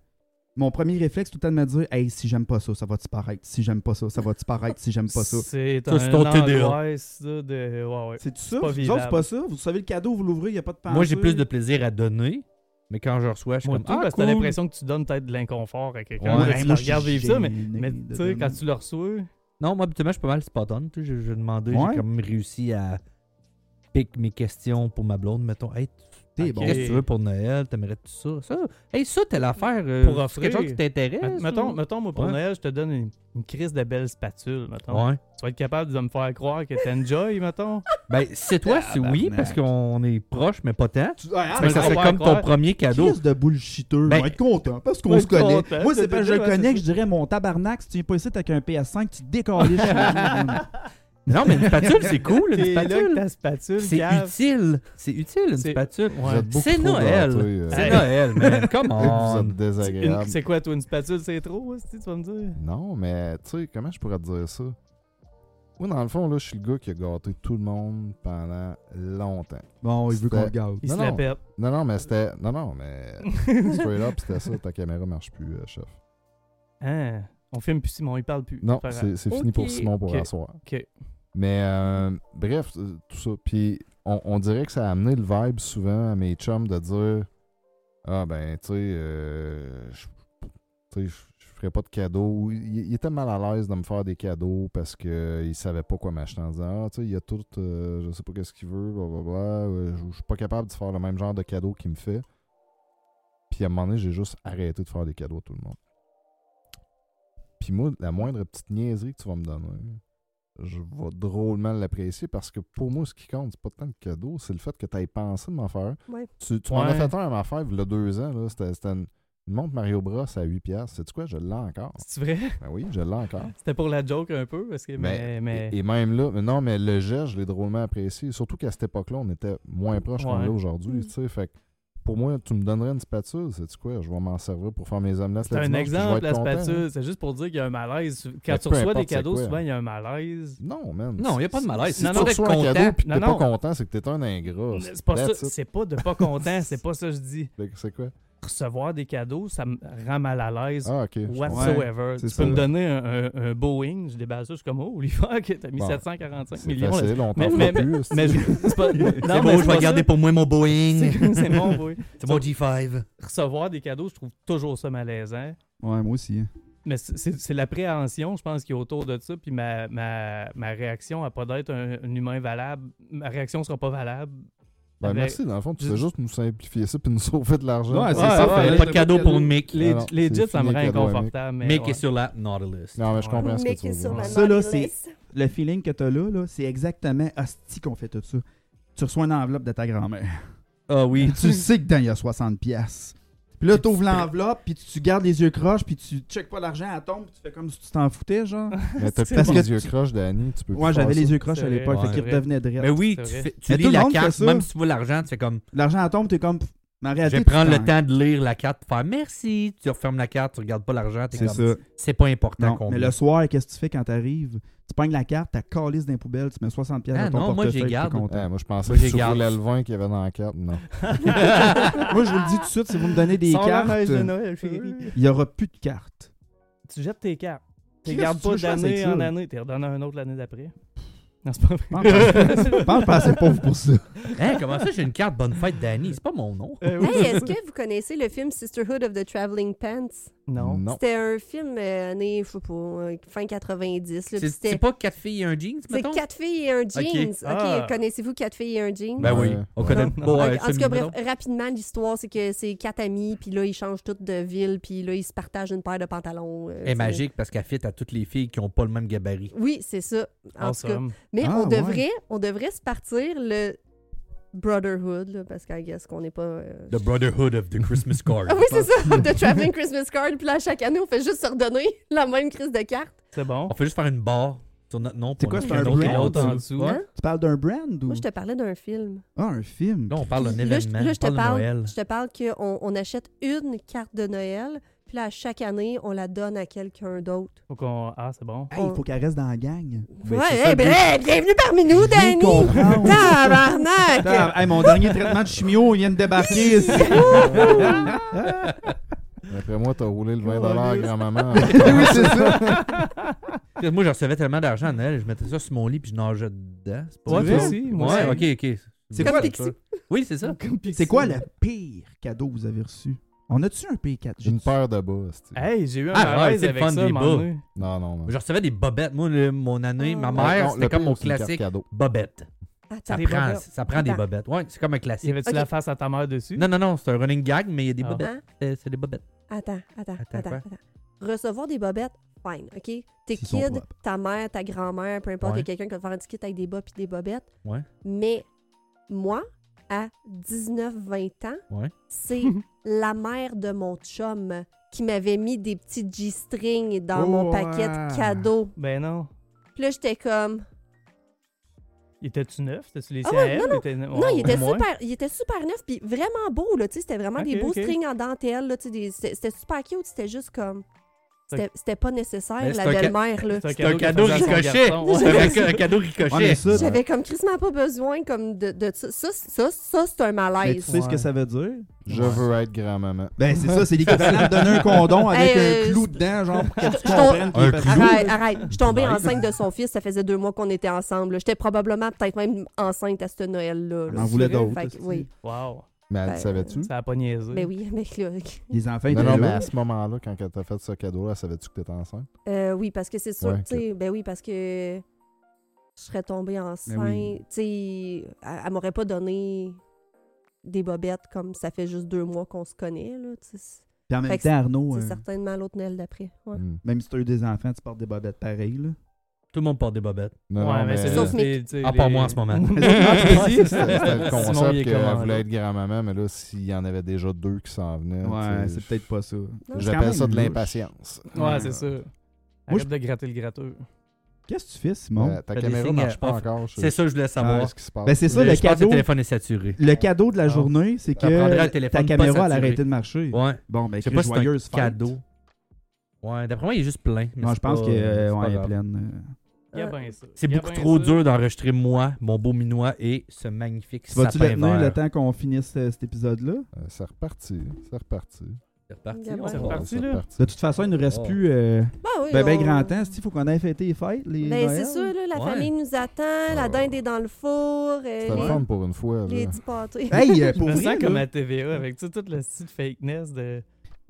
mon premier réflexe tout le temps de me dire Hey, si j'aime pas ça, ça va disparaître. Si j'aime pas ça, ça va disparaître. Si j'aime pas ça. C'est Ça, c'est un ton TDA. angoisse, ça, de... Ouais, ouais. C'est ça? Vous pas autres, vivable. c'est pas ça? Vous savez le cadeau, vous l'ouvrez, il n'y a pas de pensée. Moi, j'ai plus de plaisir à donner, mais quand je reçois, je suis Moi, comme tout, ah, parce que cool. t'as l'impression que tu donnes peut-être de l'inconfort à quelqu'un. Ouais, Ouais, tu le regardes vivre ça, mais, mais tu sais, quand quand tu le reçois, Non, moi, habituellement, je suis pas mal spot on. tu sais, J'ai j'ai demandé, Ouais. j'ai comme réussi à piquer mes questions pour ma blonde. Mettons, hey, tu- t'es Ok. bon. Qu'est-ce que tu veux pour Noël? T'aimerais-tu ça? ça? Hey, ça, t'es l'affaire. euh, Pour c'est offrir. quelque chose qui t'intéresse? Mettons, ou- mettons, moi, pour Ouais. Noël, je te donne une, une crise de belle spatule, mettons. Ouais. Tu vas être capable de me faire croire que t'enjoy, mettons. Ben, c'est toi, c'est oui, Tabarnak. parce qu'on est proche, mais pas tant. Tu- ah, Fait que ça mais serait on va comme ton croire. premier cadeau. Crise de bullshiteux. Ben, on va être content parce on va qu'on se être connaît. content, Moi, c'est c'est pas ça, je le ouais, connais c'est que je dirais mon tabarnak. Si tu viens pas ici avec un PS5, tu te décolles. chez nous. Non, mais une spatule, c'est cool, une T'es là que spatule. ta spatule, C'est cave. utile. C'est utile, une C'est- spatule. Vous Ouais. êtes beaucoup C'est trop Noël. gâtés, euh, C'est Hey. Noël, man. Come Vous on. êtes désagréable. Une- C'est quoi, toi, une spatule, c'est trop, hostie, tu vas me dire? Non, mais tu sais, comment je pourrais te dire ça? Moi, dans le fond, là, je suis le gars qui a gâté tout le monde pendant longtemps. Bon, il veut qu'on C'était- le garde. Il Non, se la non. pète. Non, non, mais c'était. Non, non, mais. Straight up, c'était ça. Ta caméra marche plus, euh, chef. Hein? On filme plus Simon, il parle plus. Non, Faire- c'est c'est fini Ok. pour Simon pour Ok. la soirée. Ok. Mais euh, bref, euh, tout ça. Puis on, on dirait que ça a amené le vibe souvent à mes chums de dire Ah ben, tu sais, euh, je- tu sais, je je ferais pas de cadeaux. Il, il était mal à l'aise de me faire des cadeaux parce qu'il savait pas quoi m'acheter en disant Ah, tu sais, il y a tout, euh, je sais pas qu'est-ce qu'il veut, blablabla. Euh, Je je suis pas capable de faire le même genre de cadeau qu'il me fait. Puis à un moment donné, j'ai juste arrêté de faire des cadeaux à tout le monde. Puis moi, la moindre petite niaiserie que tu vas me donner, je vais drôlement l'apprécier parce que pour moi, ce qui compte, c'est pas tant le cadeau, c'est le fait que tu aies pensé de m'en faire. Ouais. Tu, tu m'en as Ouais. fait un à m'en faire il y a deux ans. là. C'était c'était une, une montre Mario Bros à 8$. piastres. Sais-tu quoi? Je l'ai encore. C'est vrai? Ben oui, je l'ai encore. C'était pour la joke un peu, parce que. Mais. Mais- mais... Et, et même là, mais non, mais le geste, je l'ai drôlement apprécié. Surtout qu'à cette époque-là, on était moins proche qu'on Ouais. l'est Mm. aujourd'hui. tu sais. Fait que pour moi, tu me donnerais une spatule, sais-tu quoi? Je vais m'en servir pour faire mes omelettes C'est le un dimanche, puis je vais exemple, être la content, hein. spatule. C'est juste pour dire qu'il y a un malaise. Quand Mais tu reçois peu des importe c'est cadeaux, quoi. hein. souvent, il y a un malaise. Non, man. Non, y a pas de malaise. Si Non, tu non. reçois un Content. cadeau puis que Non, t'es non. pas content, c'est que t'es un ingrat. C'est pas ça. That's it. C'est pas de pas content. C'est pas ça que je dis. Fait que C'est quoi? Recevoir des cadeaux, ça me rend mal à l'aise. Ah, ok. je comprends. Whatsoever. Ouais, tu c'est peux ça. me donner un, un- un Boeing, je déballe ça, je suis comme, oh, l'hiver, que t'as mis Bon, 745 C'est millions. là-dessus. facile, on Mais- t'en fera mais- plus. c'est- Mais je. C'est pas. Non, C'est mais beau, c'est je vais pas garder ça. pour moi mon Boeing. C'est c'est mon, oui. C'est mon G5. Ah, Recevoir des cadeaux, je trouve toujours ça malaisant. Ouais, moi aussi. hein. Mais c'est- c'est c'est l'appréhension, je pense, qui est autour de ça. Puis ma, ma, ma réaction à pas d'être un, un humain valable. Ma réaction sera pas valable. Ben, Avec- merci, dans le fond, tu Je- veux juste nous simplifier ça puis nous sauver de l'argent. Ouais, c'est ça, Il n'y a Ouais, pas de cadeau pour Mick. Les, Ah non, les c'est jets, ça me fini, rend cadeau à Mick. inconfortable. Mais Mick ouais. est sur la Nautilus. Non, mais je comprends ce que Mais tu qui est veux sur la dire. Ça, là, mailing c'est- list. Le feeling que t'as là, là c'est exactement hostie qu'on fait tout ça. Tu reçois une enveloppe de ta grand-mère. Ah oui. Et tu sais que dedans, il y a 60 pièces. Puis là, t'ouvres l'enveloppe, puis tu gardes les yeux croches, puis tu checkes pas l'argent, elle tombe, puis tu fais comme si tu t'en foutais, genre. Mais t'as C'est plus bon. les yeux croches, Danny. Tu peux plus Ouais, faire j'avais ça. les yeux croches C'est à l'époque, vrai. fait qu'ils Ouais. redevenaient drettes. Mais oui, C'est tu, vrai. fais- tu Mais lis tout le la monde fait carte, ça. même si tu vois l'argent, tu fais comme. L'argent tombe, t'es comme. pff, Mais en Je réalité, vais tu prendre le t'en- temps de lire la carte, pour faire merci. Tu refermes la carte, tu regardes pas l'argent, t'es C'est comme. ça. C'est pas important Non, qu'on. mais le soir, qu'est-ce que tu fais quand t'arrives Tu pognes la carte, t'as calisse dans les poubelles, tu mets 60 pièces Ah dans ton non, moi, portefeuille, j'ai t'es garde. content. Ouais, Eh, moi, je pensais Moi, j'ai que tu garde. voulais le vin qu'il y avait dans la carte. Non. Moi, je vous le dis tout de suite, si vous me donnez des Sors la neige cartes, euh, de Noël, chérie. il n'y aura plus de cartes. Tu jettes tes cartes. Tu Qu'est-ce gardes que tu pas veux faire avec d'année ça? en année. Tu redonnes un autre l'année d'après. Non, c'est pas Pense vrai. Pense pas assez pauvre pour ça. Hein, comment ça, j'ai une carte Bonne fête, Danny C'est pas mon nom. Euh, oui. Hey, est-ce que vous connaissez le film Sisterhood of the Traveling Pants? Non. Non. C'était un film euh, année, je sais pas, euh, fin 90. là, C'est puis c'était- c'est pas quatre filles et un jeans, c'est mettons quatre filles et un jeans. OK, Ah. connaissez-vous quatre filles et un jeans? Ben oui. Ouais. On connaît. Non. Bon, Ok, ouais, en tout film, cas, bref, euh, mettons. rapidement, l'histoire, c'est que c'est quatre amis, puis là, ils changent toutes de ville, puis là, ils se partagent une paire de pantalons. euh, Elle c'est- est Eh, magique parce qu'elle fit à toutes les filles qui ont pas le même gabarit. Oui, c'est ça. En tout cas, Awesome. mais Ah, on, devrait, on devrait se partir le Brotherhood, là, parce qu'à guess qu'on n'est pas. euh, The Brotherhood of the Christmas Card. Ah oui, c'est ça, The Traveling Christmas Card. Puis là, chaque année, on fait juste se redonner la même crise de carte. C'est bon. On fait juste faire une barre sur notre nom. C'est pour quoi, notre c'est un cadeau brand? et l'autre en dessous. Hein? Tu parles d'un brand ou Moi, je te parlais d'un film. Ah, un film. Là, on parle d'un Là, je, événement. là, on je te parle de Noël. parle, je te parle qu'on on achète une carte de Noël, puis là, à chaque année, on la donne à quelqu'un d'autre. Faut qu'on. Ah, c'est bon. Hey, il faut qu'elle reste dans la gang. Ben, ouais, c'est eh ça, le ben, but. hey, bienvenue parmi nous, Bien Danny! comprendre. Tabarnak! Attends, hey, mon dernier traitement de chimio, il vient de débarquer. ici. Après moi, t'as roulé le 20 Oh, grand-maman. oui, c'est ça. Moi, je recevais tellement d'argent à Noël, je mettais ça sur mon lit puis je nageais dedans. C'est pas Ouais, vrai? toi vrai? aussi. Moi Ouais, aussi. ok, ok. C'est Bon, quoi- ça. Oui, c'est ça. C'est quoi le pire cadeau que vous avez reçu? On a-tu un P4? J'ai une paire de bas. c'est-tu. Hey, j'ai eu un Ah, malaise ouais, c'est le avec fun ça, des à un moment bas. donné. Non, non, non. Je recevais des bobettes. Moi, le- mon année, Ah. ma Non, mère, non, c'était le comme pire, mon c'est une carte classique cadeau. bobette. Ça des prend, bobettes. ça prend des Attends. bobettes. Ouais, c'est comme un Y classique. avait-tu Ok. la face à ta mère dessus? Non, non, non, c'est un running gag, mais il y a des Ah. bobettes. Hein? C'est c'est des bobettes. Attends, attends, Attends, attends, quoi? attends. Recevoir des bobettes, fine, OK? Tes S'ils sont kids, propres. ta mère, ta grand-mère, peu importe, il y Ouais. a quelqu'un qui va te faire un ticket avec des bas puis des bobettes. Ouais. Mais moi, à 19-20 ans, Ouais. c'est la mère de mon chum qui m'avait mis des petits G-strings dans Oh, mon paquet ah. de cadeaux. Ben non. Puis là, j'étais comme... Il était-tu neuf? C'était-tu les Ah CAL? ouais, non, non. Non, il était, moins. super, il était super neuf, puis vraiment beau, là, tu sais, c'était vraiment des Ok, beaux ok. strings en dentelle, là, tu sais, des- c'était c'était super cute, c'était juste comme... Fait que- C'était c'était pas nécessaire, Mais la c'est un ca- belle-mère, là. C'est un cadeau qu'elle faisait à son ricochet. garçon, ouais. C'est un ca- un cadeau Ouais, mais ricochet. ça, J'avais comme crissement pas besoin comme de, de ça. Ça, ça, ça, c'est mais tu sais un malaise. ce que Ouais. ça veut dire? Je veux être grand-maman. Ben, c'est ça, c'est l'équivalent de donner un condom avec Hey, un euh, clou dedans, genre, pour que tu je- je- comprennes qu'il est Un parti. clou? Arrête, arrête. Je suis tombée Nice. enceinte de son fils, ça faisait deux mois qu'on était ensemble. là. J'étais probablement peut-être même enceinte à ce Noël-là. On là. en voulait vrai, d'autres. Fait que, hostie. oui. Wow. Mais elle Ben, savais-tu? Ça a pas niaisé. Mais Ben oui, mais là, Les enfants Non, étaient non, mais là. à ce moment-là, quand elle t'a fait ce cadeau-là, savais-tu que t'étais enceinte? euh, oui, parce que c'est sûr, Ouais, tu sais, ben oui, parce que je serais tombée enceinte. Ben oui. Tu sais, elle, elle m'aurait pas donné des bobettes comme ça fait juste deux mois qu'on se connaît, là. tu sais. C'est Puis en même Fait que temps, Arnaud, c'est euh, certainement l'autre Noël d'après. Ouais. Hmm. même si t'as eu des enfants, tu portes des bobettes pareilles, là. Tout le monde porte des bobettes. Non, Ouais, non, mais mais c'est Sauf juste mes- Ah, les- tu sais, À part les- Ah, moi en ce moment. c'était Vas-y. c'était le Simon, il est concept comment, qu'elle voulait là? être grand-maman, mais là, s'il y en avait déjà deux qui s'en venaient, Ouais, tu sais, c'est peut-être pas ça. j'appelle ça de Quand même l'impatience. Hmm. Ouais, c'est ça. Moi, Moi, je- de gratter le gratteux. Qu'est-ce que tu fais, Simon? Euh, ta Fais des caméra signes marche à- pas off. encore. je- C'est ça, je voulais Ah, savoir. ce qui se passe. Ben, c'est ça, Je le pense que cadeau. le téléphone est saturé. Le cadeau de la Ah. journée, c'est Ça prendrait un que téléphone ta pas caméra, elle a saturé. arrêté de marcher. Ouais. Bon, ben, Je sais que pas si c'est un joyeuse fête. cadeau. Ouais, d'après moi, il est juste plein. mais Non, c'est je pense pas- que c'est euh, pas ouais, elle est grave. pleine. euh. Il y a Euh, bien ça. C'est Il y a beaucoup bien trop ça. dur d'enregistrer moi, mon beau minois et ce magnifique Tu vas-tu sapin la tenir vert. le temps qu'on finisse euh, cet épisode-là? Euh, C'est reparti. C'est reparti. C'est reparti. Ouais. on C'est va- reparti. là. reparti. De toute façon, il ne reste Oh. plus euh, Ben oui, ben, ben on- grand temps. Il faut qu'on aille fêter les fêtes, les Ben, Noël. c'est sûr, là, la Ouais. famille nous attend, la Ouais. dinde est dans le four, euh, C'était le les, fun pour une fois. les Là. dix pâtés. Hey, euh, pour Je me vrai, sens comme là. à TVA avec tu sais, toute la petite fakeness de.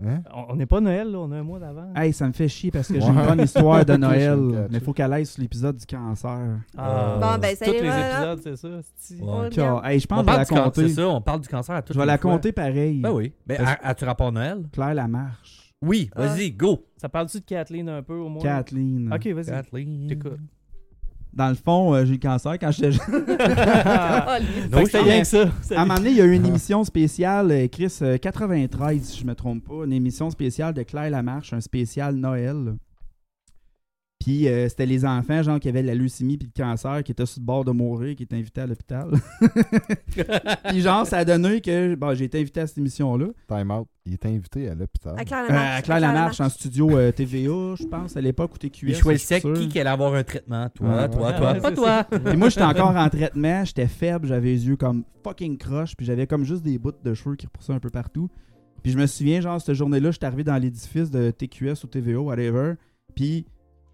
Hein? On on n'est pas Noël, là, on a un mois d'avant. Ah. Hey, ça me fait chier parce que j'ai Ouais. une bonne histoire de Ok, je vais me Noël. cacher. Mais faut qu'elle aille sur l'épisode du cancer. Ah. Bon, ben, ça Tous y les va, là. épisodes, c'est ça. c'est-tu. Ouais. On le Car- garde. Hey, je pense On que je vais parle la du cancer, compter. c'est ça, on parle du cancer à toutes Je vais les la fois. compter pareil. Ben oui. Ben, Parce- à- as-tu rapport à Noël? Claire Lamarche. Oui, Ah. vas-y, go. Ça parle-tu de Kathleen un peu au moins? Kathleen. Ok, vas-y. Kathleen. J'écoute. Dans le fond, euh, j'ai eu le cancer quand j'étais jeune. Ah, lui. No Fait que c'était shit. rien que ça. À un moment donné, il y a eu Ah. une émission spéciale, euh, Chris, euh, 93, si je me trompe pas, une émission spéciale de Claire Lamarche, un spécial Noël. Puis euh, c'était les enfants, genre, qui avaient de la leucémie puis le cancer, qui étaient sur le bord de mourir, qui étaient invités à l'hôpital. puis genre, ça a donné que bon, j'ai été invité à cette émission-là. Time out. Il est invité à l'hôpital. À Claire Euh, Lamarche. à Claire Lamarche, en studio euh, TVA, je pense, à l'époque, ou TQS. Il je suis choisissait sûr. qui qui allait avoir un traitement. Toi, Ouais. toi, Ouais, toi. ouais, pas Ah, c'est toi. Et moi, j'étais encore en traitement, j'étais faible, j'avais les yeux comme fucking croche, puis j'avais comme juste des bouts de cheveux qui repoussaient un peu partout. Puis je me souviens, genre, cette journée-là, j'étais arrivé dans l'édifice de TQS ou TVA, whatever, puis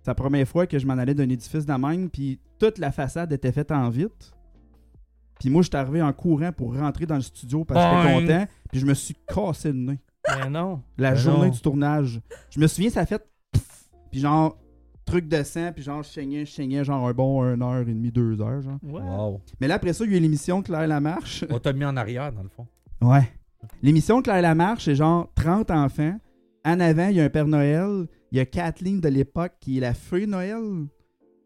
c'est la première fois que je m'en allais d'un édifice de même, puis toute la façade était faite en vite. Puis moi, j'étais arrivé en courant pour rentrer dans le studio parce que j'étais Boing. content, puis je me suis cassé le nez. Mais non. La Ben journée non. du tournage. Je me souviens, ça a fait. pff, Puis genre, truc de sang, puis genre, je saignais, je saignais, genre un bon 1 heure et demie, 2 heures, genre. What? Wow. Mais là, après ça, il y a eu l'émission Claire Lamarche. On t'a mis en arrière, dans le fond. Ouais. L'émission Claire Lamarche, c'est genre 30 enfants. En avant, il y a un Père Noël. Il y a Kathleen de l'époque qui est la fée Noël.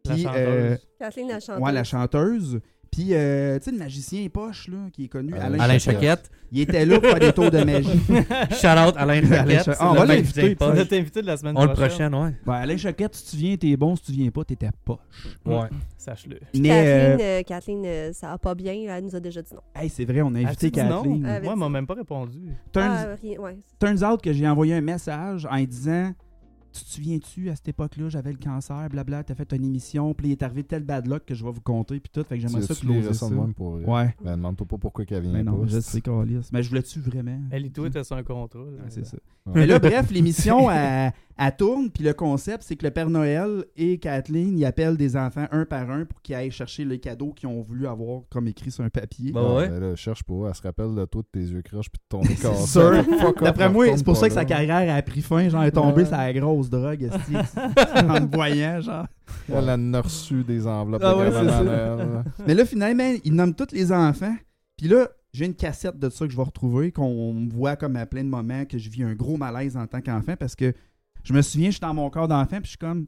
La Puis, euh, chanteuse. Kathleen la chanteuse. ouais, la chanteuse. Puis, euh, tu sais, le magicien poche, là, qui est connu, Euh, Alain, Alain Chaquette. Choquette. Il était là pour faire des tours de magie. Shout out Alain Choquette. Alain Choquette. C'est Ah, on le va mec l'inviter, qui vient pas. On est invité de la semaine On le prochaine. prochain, ouais. Ben, Alain Chaquette, si tu viens, t'es bon. Si tu viens pas, t'es ta poche. Ouais. Sache-le. Mais, Kathleen, euh, Kathleen, euh, ça va pas bien, elle nous a déjà dit non. euh, hey, c'est vrai, on a invité As-tu dit non? Kathleen. Euh, Avec Moi, elle m'a ça. même pas répondu. Turns, Ah, rien, ouais. turns out que j'ai envoyé un message en lui disant tu te souviens-tu, à cette époque-là, j'avais le cancer, blabla, t'as fait une émission, puis il est arrivé tel bad luck que je vais vous compter, puis tout, fait que j'aimerais ça tu les closer ça. ça de même pour vrai. Ouais. Ben, demande-toi pas pourquoi qu'elle vient Mais non, pas. je sais, câlisse. Mais je voulais-tu vraiment? Elle et tout était sur un contrat. là. Ouais, Mm. Ah, c'est ça. Ouais. Mais là, bref, l'émission, elle, elle tourne, puis le concept, c'est que le Père Noël et Kathleen, ils appellent des enfants un par un pour qu'ils aillent chercher les cadeaux qu'ils ont voulu avoir, comme écrit sur un papier. Bon. Ah, ouais. ben là, cherche pas. Elle se rappelle de toi, de tes yeux croches puis de ton écart. sûr. Fuck off, D'après elle moi, retourne c'est pour pas ça que là. sa carrière a pris fin. Genre, elle est tombée Ouais. sur la grosse drogue, esti, en me voyant, genre. Elle en a reçu des enveloppes Ah de ouais, Grand c'est ça. Noël. Mais là, finalement, ils nomment tous les enfants. Puis là, j'ai une cassette de ça que je vais retrouver, qu'on me voit comme à plein de moments, que je vis un gros malaise en tant qu'enfant parce que je me souviens, je suis dans mon corps d'enfant, puis je suis comme,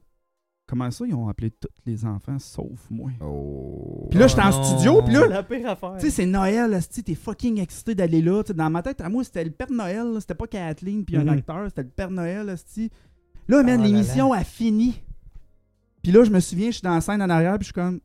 comment ça, ils ont appelé tous les enfants sauf moi? Oh. Puis là, j'étais en non. studio, puis là, La pire affaire. tu sais, c'est Noël, esti, t'es fucking excité d'aller là. Tu sais, dans ma tête, à moi, c'était le Père Noël, là, c'était pas Kathleen puis Mhm. un acteur, c'était le Père Noël, esti. Là, man, Ah là l'émission a fini. Puis là, je me souviens, je suis dans la scène en arrière, puis je suis comme...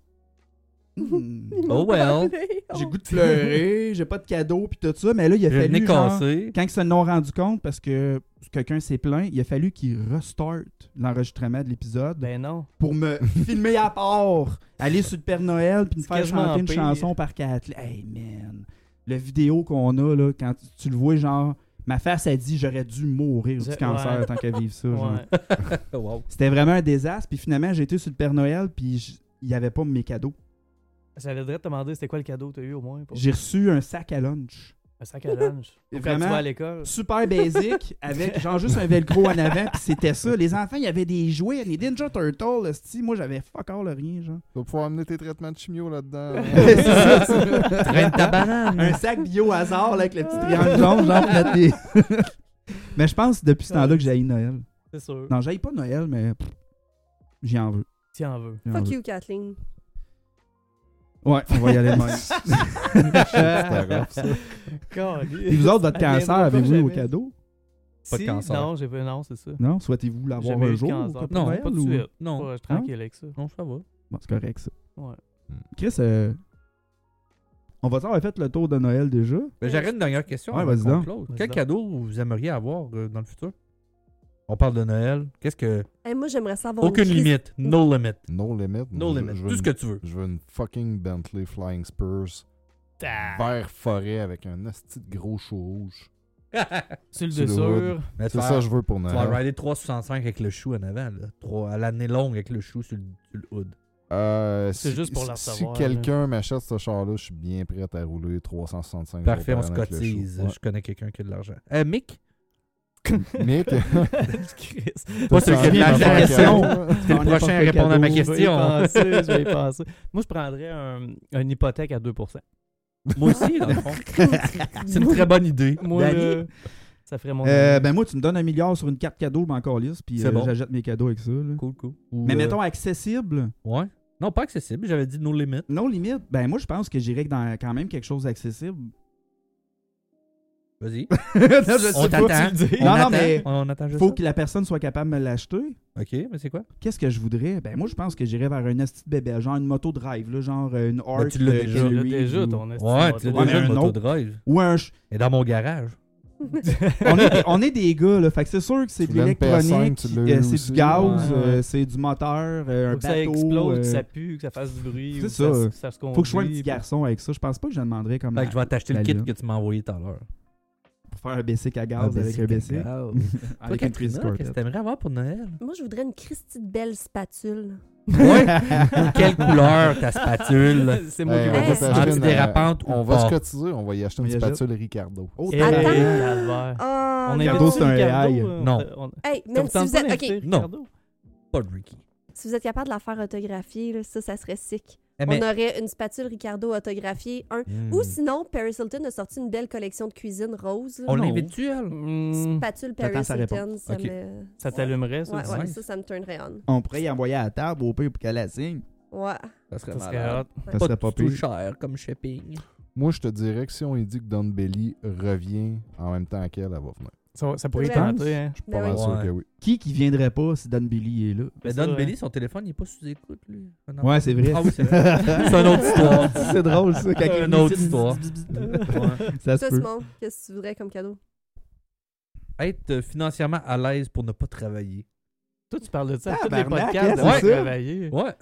Mhm. Hmm. Oh well. J'ai goût de pleurer, j'ai pas de cadeau, puis tout ça. Mais là, il a Je venais fallu. genre, cassé. quand ils se l'ont rendu compte, parce que quelqu'un s'est plaint, il a fallu qu'il restart l'enregistrement de l'épisode Ben non. pour me filmer à part, aller sur le Père Noël, puis me C'est faire quasiment chanter une pire. chanson par Kathleen. Hey man, le vidéo qu'on a, là, quand tu- tu le vois, genre, ma face, elle dit j'aurais dû mourir Je- du cancer ouais. tant qu'à vivre ça. genre. Ouais. Wow. C'était vraiment un désastre, puis finalement, j'ai été sur le Père Noël, puis j- il n'y avait pas mes cadeaux. J'allais te demander c'était quoi le cadeau que t'as eu au moins pour J'ai reçu un sac à lunch. un sac à linge. Ou Quand tu Vraiment? vas à l'école. super basic avec genre juste un velcro en avant puis c'était ça les enfants il y avait des jouets les Ninja Turtles esti. moi j'avais fuck all rien genre Tu vas pouvoir amener tes traitements de chimio là-dedans. C'est ça, c'est Traîne ta banane. un sac bio hasard là, avec le petit triangle jaune genre pour mettre des mais je pense depuis ce temps-là que j'ai Noël C'est sûr. non j'ai pas Noël mais pff, j'y en veux Si en veux. J'y en Fuck veux. you, Kathleen. ouais on va y aller de même C'était rough, ça. et vous autres votre cancer avez-vous eu au cadeau Pas de cancer. Non, j'ai pas. Non, c'est ça. non souhaitez-vous l'avoir Jamais eu un de jour cancer. au Père Non, Noël, pas de ou- suite. Non, Ouais, je suis tranquille avec ça. non, ça va. Bon, c'est correct ça Ouais. Chris euh, on va avoir fait le tour de Noël déjà Ben, J'aurais une dernière question. Ouais, avant vas-y qu'on donc. close. Vas-y Quel donc. cadeau vous aimeriez avoir euh, dans le futur? On parle de Noël. Qu'est-ce que. Hey, moi, j'aimerais savoir. Aucune limite. No limit. No limit. No Je- limit. je veux Tout ce une- que tu veux. Je veux une fucking Bentley Flying Spurs Ah. vert forêt avec un asti de gros chou rouge. Sur le Sur le dessus. Mais C'est ça que je veux pour Tu vas Noël. rider 365 avec le chou en avant, là. Trois- à l'année longue avec le chou sur le, sur le hood. Euh, C'est si- juste pour la si- recevoir, Si quelqu'un m'achète ce char-là, je suis bien prêt à rouler 365 Parfait, on jours se par an avec le cotise. chou. Ouais. Je connais quelqu'un qui a de l'argent. Euh, Mick, Mais t'es- Chris. Pas t'as celui qui a de l'argent. envie d'en faire question. un, hein? t'es le prochain à répondre à ma question. Je vais y penser, je vais y penser. Moi, je prendrais un, une hypothèque à 2%. Moi aussi, dans le fond. C'est une très bonne idée. Moi, Danny? là, ça ferait mon. Euh, ben moi, tu me donnes un milliard sur une carte cadeau, je m'en calisse, puis C'est euh, bon. j'achète mes cadeaux avec ça. là. Cool, cool. Ou, Mais euh, mettons accessible, Ouais. Non, pas accessible. J'avais dit no limit. non limite, ben moi je pense que j'irais que dans quand même quelque chose d'accessible. Vas-y. Non, je On sais pas. t'attend. Non, On non, attend. mais- On attend juste Faut ça. que la personne soit capable de me l'acheter. Ok, mais c'est quoi? Qu'est-ce que je voudrais? Ben moi je pense que j'irais vers un esti de bébé, genre une moto drive, là, genre euh, une Arc. Ben, tu l'as de déjà. Tu l'as Hillary déjà, ou- ton estime. Ouais, tu l'as Ouais, déjà mais le un moto autre. drive. Ou un... ch- Et dans mon garage. on, est des, on est des gars, là, fait que c'est sûr que c'est Tu de l'as une PS5, l'électronique, tu l'as euh, eu c'est aussi. du gaz, Ouais. euh, c'est du moteur, euh, un Faut que ça bateau, explose, que euh, ça pue, que ça fasse du bruit. c'est ou ça. que se- ça se Faut que je sois un conduit, petit puis- garçon avec ça. Je pense pas que je demanderais comme Fait que je vais t'acheter le la kit lune. que tu m'as envoyé tout à l'heure. pour faire un basic à gaz avec un BC. basic. Toi, Avec une crise Katrina, qu'est-ce que t'aimerais avoir pour Noël? Moi, je voudrais une Christie de belle spatule. Ouais. Quelle couleur ta spatule? C'est moi qui Hey, vais on va Ouais. s'acheter une- euh, Antidérapante ou On va pas? se cotiser, on va y acheter On une y achète. spatule Ricardo. Oh, Eh, Attends. calvaire. Ah, On non. invite- invite c'est un Ricardo, AI. euh, on- Non. on- Hey, Ça même vous si tente vous pas êtes. d'inviter ok, Non. Ricardo? Pas de Ricky. si vous êtes capable de la faire autographier, là, ça, ça serait sick. Eh, On aurait une spatule Ricardo autographiée, un. Hmm. Ou sinon, Paris Hilton a sorti une belle collection de cuisine rose. là. On Non. l'invite-tu, elle? Hmm, Spatule J'attends Paris sa Hilton, ça Ok. me. Ça t'allumerait, ça? Ouais, tu ouais, sais? ça, ça me turnerait on. On pourrait y envoyer à la table au pire pour qu'elle la signe. Ouais. Ça serait Ça serait malade. hot. Ça serait pas du tout pire. cher comme shipping. Moi, je te dirais que si on lui dit que Don Belly revient en même temps qu'elle, elle va venir. Ça, ça pourrait Tu être tenté, hein? Je suis Ben pas mal oui. sûr Ouais. que oui. Qui qui viendrait pas si Don Billy est là? Mais C'est ça, Don ouais. Belly, son téléphone, il est pas sous écoute, lui. Ah, Ben, non. Ouais, c'est vrai. Ah oui, c'est vrai. C'est une autre histoire. c'est drôle ça. Quand C'est il une autre histoire. Ouais. Ça se Toi, peut. Simon, qu'est-ce que tu voudrais comme cadeau? Être euh, financièrement à l'aise pour ne pas travailler. Toi, tu parles de ça à tous les Tabarnak, podcasts hein, avant c'est de ça? travailler. Ouais.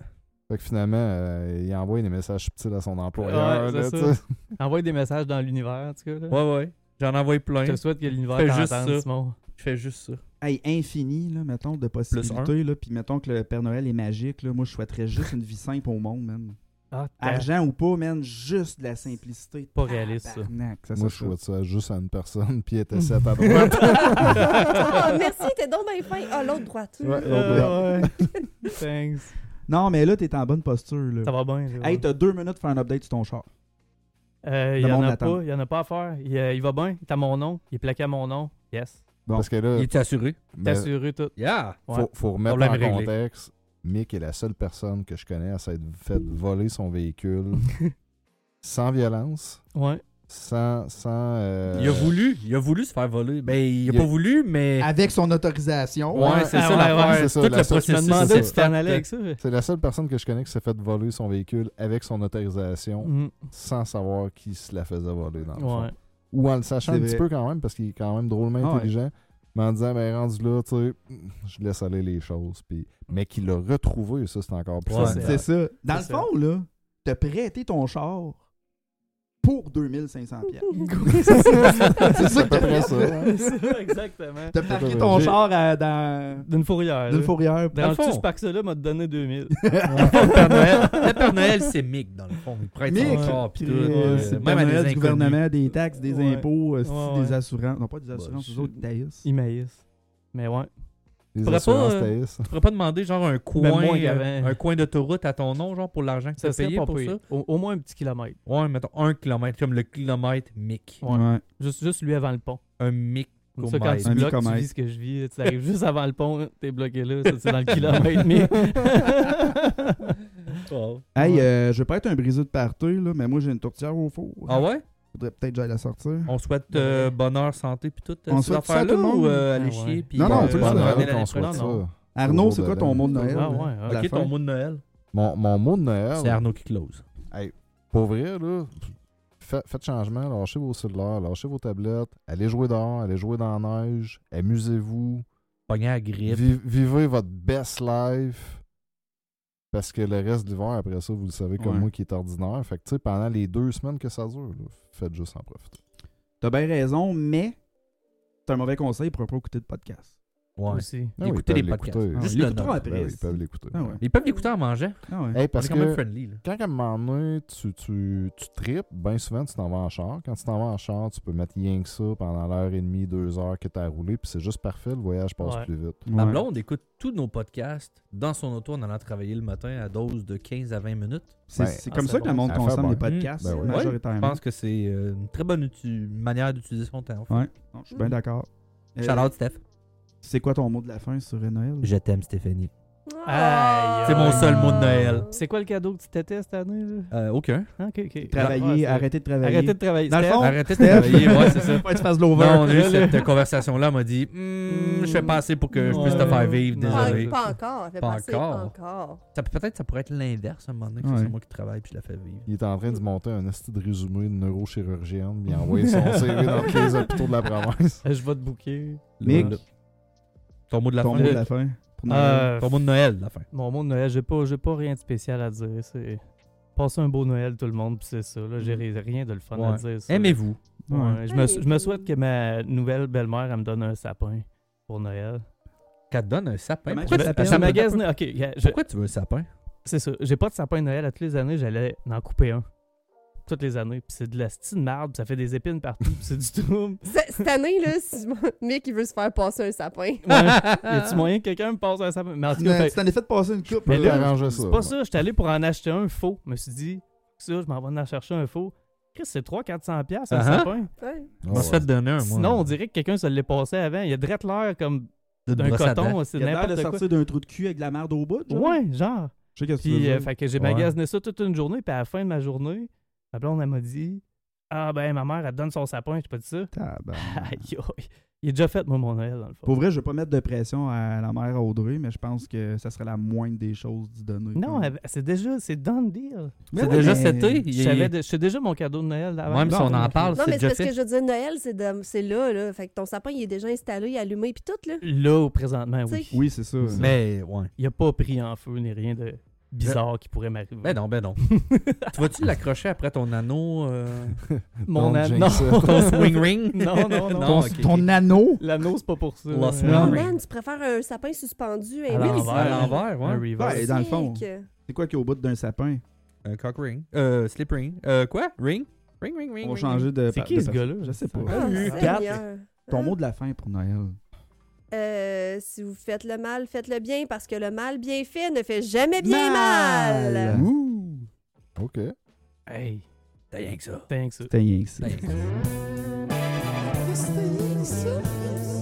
Fait que finalement, euh, il envoie des messages subtils à son Ouais, employeur. c'est là, ça. tu sais. Envoie des messages dans l'univers, en tout cas. là. Ouais, ouais. J'en envoie plein. Je te souhaite que l'univers Fais juste t'entende, ça. Simon. Je fais juste ça. Hey, infini, là, mettons, de possibilités, là, puis mettons que le Père Noël est magique, là, moi, je souhaiterais juste une vie simple au monde, man. Ah, t'as- Argent ou pas, man, juste de la simplicité. pas réaliste, ça. Tabarnak, ça, Moi, je ça, ça. souhaite ça juste à une personne, puis elle était sept à droite. Oh, Ah, merci, t'es donc bien fin. Ah, l'autre droite. Ouais, l'autre Euh, ouais. Thanks. Non, mais là, t'es en bonne posture, là. Ça va bien. ça va Hey, bien. t'as deux minutes pour faire un update sur ton char. Euh, le Il y en monde a l'attend. pas. Il y en a pas à faire. Il, euh, il va bien. Il est à mon nom. Il est plaqué à mon nom. Yes. droite. Parce que là, Il est assuré. T'as ben, assuré tout. Yeah! Ouais. faut, faut remettre Problème en réglé. contexte. Mick est la seule personne que je connais à s'être fait voler son véhicule sans violence, Ouais. sans. sans euh, Il a voulu, il a voulu se faire voler. Ben, il a il a- pas voulu, mais. Avec son autorisation. Ouais, c'est Ah, ça ouais, l'affaire. ouais, c'est ça, Tout la le seule- processus. Je me c'est demandais ça. si tu t'en allais avec ça. C'est la seule personne que je connais qui s'est fait voler son véhicule avec son autorisation Mm. sans savoir qui se la faisait voler dans le fond. Ouais. Ou en le sachant un C'est petit vrai. peu quand même, parce qu'il est quand même drôlement Ah ouais. intelligent, mais en disant, ben rendu là, tu sais, je laisse aller les choses. Puis... Mais qu'il l'a retrouvé, ça, c'est encore plus Ouais, formidable. C'est ça. Dans le C'est fond, là, t'as prêté ton char pour 2500 pièces. C'est ça, à peu près ça. hein. C'est ça, exactement. T'as parqué ton J'ai- char à- dans D'une fourrière. une là. fourrière. Dans le Dans le fond, fond. ce parc-là m'a donné 2000. le Père Noël, le Père Noël, c'est Mick, dans le fond. Il prête Mick, son corps, pis Puis, tout. euh, euh, c'est le même à Père des Noël du inconnus. gouvernement, des taxes, des Ouais. impôts, euh, c'est-tu Ouais, des ouais. assurances. Non, pas des assurances, Bah, je- les autres, ils taillissent. Il maïs. Mais ouais. Les Faudrait pas, assurances euh, Thaïs. Tu pourrais pas demander, genre, un coin, moins euh, qu'avant. un coin d'autoroute à ton nom, genre, pour l'argent que tu Ça as serait payé pas pour pire. ça? Au, au moins un petit kilomètre. Ouais, mettons, un kilomètre, comme le kilomètre Mick. Ouais. Juste, juste lui avant le pont. Un Mick. Comme ça, quand Comète. tu bloques, tu Comète. vis ce que je vis. Tu arrives juste avant le pont, t'es bloqué là. ça, C'est dans le kilomètre. Mais... Oh. Hey, Ouais. euh, je vais pas être un briseux de partout, là, mais moi, j'ai une tourtière au four. Ah ouais? Faudrait peut-être que j'aille la sortir. On souhaite euh, bonheur, santé, puis tout. On On souhaite souhaite ça à là tout le monde? ou euh, aller Ah ouais. chier, puis... Non, Ben, non, euh, on peut se ça, ramener on l'année qu'on prochaine? souhaite ça. Non. Arnaud, Au c'est quoi Bordel. ton mot de Noël? Ah là? ouais, À ok, la Ok, fin. Ah ton mot de Noël. Mon, mon mot de Noël, C'est Arnaud qui close. pour vrai, là, fa- faites changement, lâchez vos cellulaires, lâchez vos tablettes, allez jouer dehors, allez jouer dans la neige, amusez-vous, Pogné à la grippe. vi- vivez votre best life. Parce que le reste de l'hiver, après ça, vous le savez comme Ouais. moi qui est ordinaire. Fait que, tu sais, pendant les deux semaines que ça dure, là, faites juste en profiter. T'as bien raison, mais c'est un mauvais conseil pour un pas écouter de podcast. Ouais. Aussi. Ah oui, ils Écoutez peuvent les podcasts. l'écouter. Juste Ils le l'écouteront nôtre. après. Ben oui, ils peuvent l'écouter. Ah ouais. Ils peuvent l'écouter en mangeant. Ah ouais. Parce Hey, parce quand même que friendly. Là. quand à un moment donné, tu, tu, tu tripes, bien souvent, tu t'en vas en char. Quand tu t'en vas en char, tu peux mettre rien que ça pendant l'heure et demie, deux heures que tu as roulé, puis c'est juste parfait, le voyage passe Ouais. plus vite. Ma Ouais. blonde écoute tous nos podcasts dans son auto en allant travailler le matin à dose de 15 à 20 minutes. C'est Ben, c'est ah, comme c'est ça que le bon. monde À faire consomme bon. les podcasts, Ben oui. Je majoritairement. pense que c'est euh, une très bonne utu- manière d'utiliser son temps. Ouais. Non, Je suis bien d'accord. Euh, Shout out, Steph. C'est quoi ton mot de la fin sur Noël? Je t'aime, Stéphanie. Ah. Aïe, C'est mon seul mot de Noël. C'est quoi le cadeau que tu t'étais cette année? là? Euh, aucun. Ah, Ok, ok. Ah, Travailler, c'est- arrêter de travailler. Arrêtez de travailler. Dans le Steph. fond, Arrêtez de Steph. travailler. Ouais, c'est ça. Faut pas que tu fasses de l'over. Non, on a eu cette conversation-là. Elle m'a dit Hum, Je fais pas assez pour que je puisse te Ouais. faire vivre. Non. Pas, Désolé. Ah, pas encore. elle fait Pas passer, encore. Pas encore. Ça peut- Peut-être que ça pourrait être l'inverse à un moment donné, que ce Ouais. soit moi qui travaille puis je la fais vivre. Il est en train de monter un esti de résumé de neurochirurgienne, puis il a envoyé son CV dans tous les hôpitaux de la province. euh, Je vais te booker. Mick, Le- Ton mot de la ton fin. mot de la fin. pour Noël. Euh, Ton mot de Noël, la fin. Mon mot de Noël, j'ai pas, j'ai pas rien de spécial à dire. C'est passez un beau Noël tout le monde, puis c'est ça. Là, j'ai Mm. ri- rien de le fun à Ouais. dire. ça. Aimez-vous. Ouais, Ouais. Je, me, je me souhaite que ma nouvelle belle-mère elle me donne un sapin pour Noël. Qu'elle te donne un sapin. Comment Pourquoi tu tu, l'appelles? ça me- magasine. Ok, yeah, je- Pourquoi tu veux un sapin? c'est ça. J'ai pas de sapin de Noël à toutes les années. J'allais en couper un toutes les années. Puis c'est de la style marbre. puis Ça fait des épines partout. puis c'est du tout. C- Cette année, là, si Mick, il veut se faire passer un sapin. Ouais. y a-tu moyen que quelqu'un me passe un sapin Mais en tout Tu cas, n'as- fait- tu t'en es fait passer une coupe. Mais Il là, arrangeait ça. C'est pas ça, j'étais allé pour en acheter un faux. Je me suis dit, ça, je m'en vais en chercher un faux. Chris, c'est 300-400$ piastres, un Uh-huh. sapin. Ouais. Ah Ouais. On se fait donner un, moi. Sinon, on dirait que quelqu'un se l'est passé avant. Il y a drette l'air comme De d'un brosse à dents. coton, c'est Il a l'air de n'importe quoi. sortir d'un trou de cul avec de la merde au bout. genre. Ouais, genre. Je sais qu'est-ce que tu veux Puis, euh, dire. fait que j'ai Ouais. magasiné ça toute une journée. Puis à la fin de ma journée, ma blonde, elle m'a dit, ah ben, ma mère, elle te donne son sapin. J'ai pas dit ça. Tabarnak. Aïe, aïe. Il est déjà fait, moi, mon Noël, dans le fond. Pour vrai, je vais pas mettre de pression à la mère Audrey, mais je pense que ça serait la moindre des choses d'y donner. Non, Comme- elle- c'est déjà, c'est dans le deal. Mais C'est ouais, déjà mais- cet été. Je il- savais, de- je sais déjà mon cadeau de Noël d'avant. Même si Non, on en parle, Non, c'est mais c'est déjà parce que fait. je veux dire, Noël, c'est de- c'est là, là. Fait que ton sapin, il est déjà installé, allumé, puis tout, là. Là, présentement, Tu oui. sais. Oui, c'est ça. Mais, ouais. Il a pas pris en feu ni rien de bizarre qui pourrait m'arriver. Ben non, ben non. tu vas-tu l'accrocher après ton anneau euh, Mon Don't an- jinx non. it. Ton swing ring Non, non, non. Non, Ton, ok. ton anneau. L'anneau, c'est pas pour ça. Lost Euh, Ah Oh oui. man, tu préfères un sapin suspendu, À hein, l'envers. À l'envers, Un ouais. reverse. Ouais. Et dans le fond. Sick. C'est quoi qui est au bout d'un sapin Un cock ring. Euh, slip ring. Euh, quoi? Ring? Ring, ring, ring. On va ring, changer ring. de. C'est par- qui de ce personne. gars-là? Je sais pas. Ah, Euh, Seigneur. quatre. Ton mot de la fin pour Noël. Euh, si vous faites le mal, faites le bien parce que le mal bien fait ne fait jamais bien Mal. mal. Ouh. OK. Hey, T'as rien que ça. thanks. Ben, C'était rien que ça. T'as rien que ça. Qu'est-ce que c'est, ça?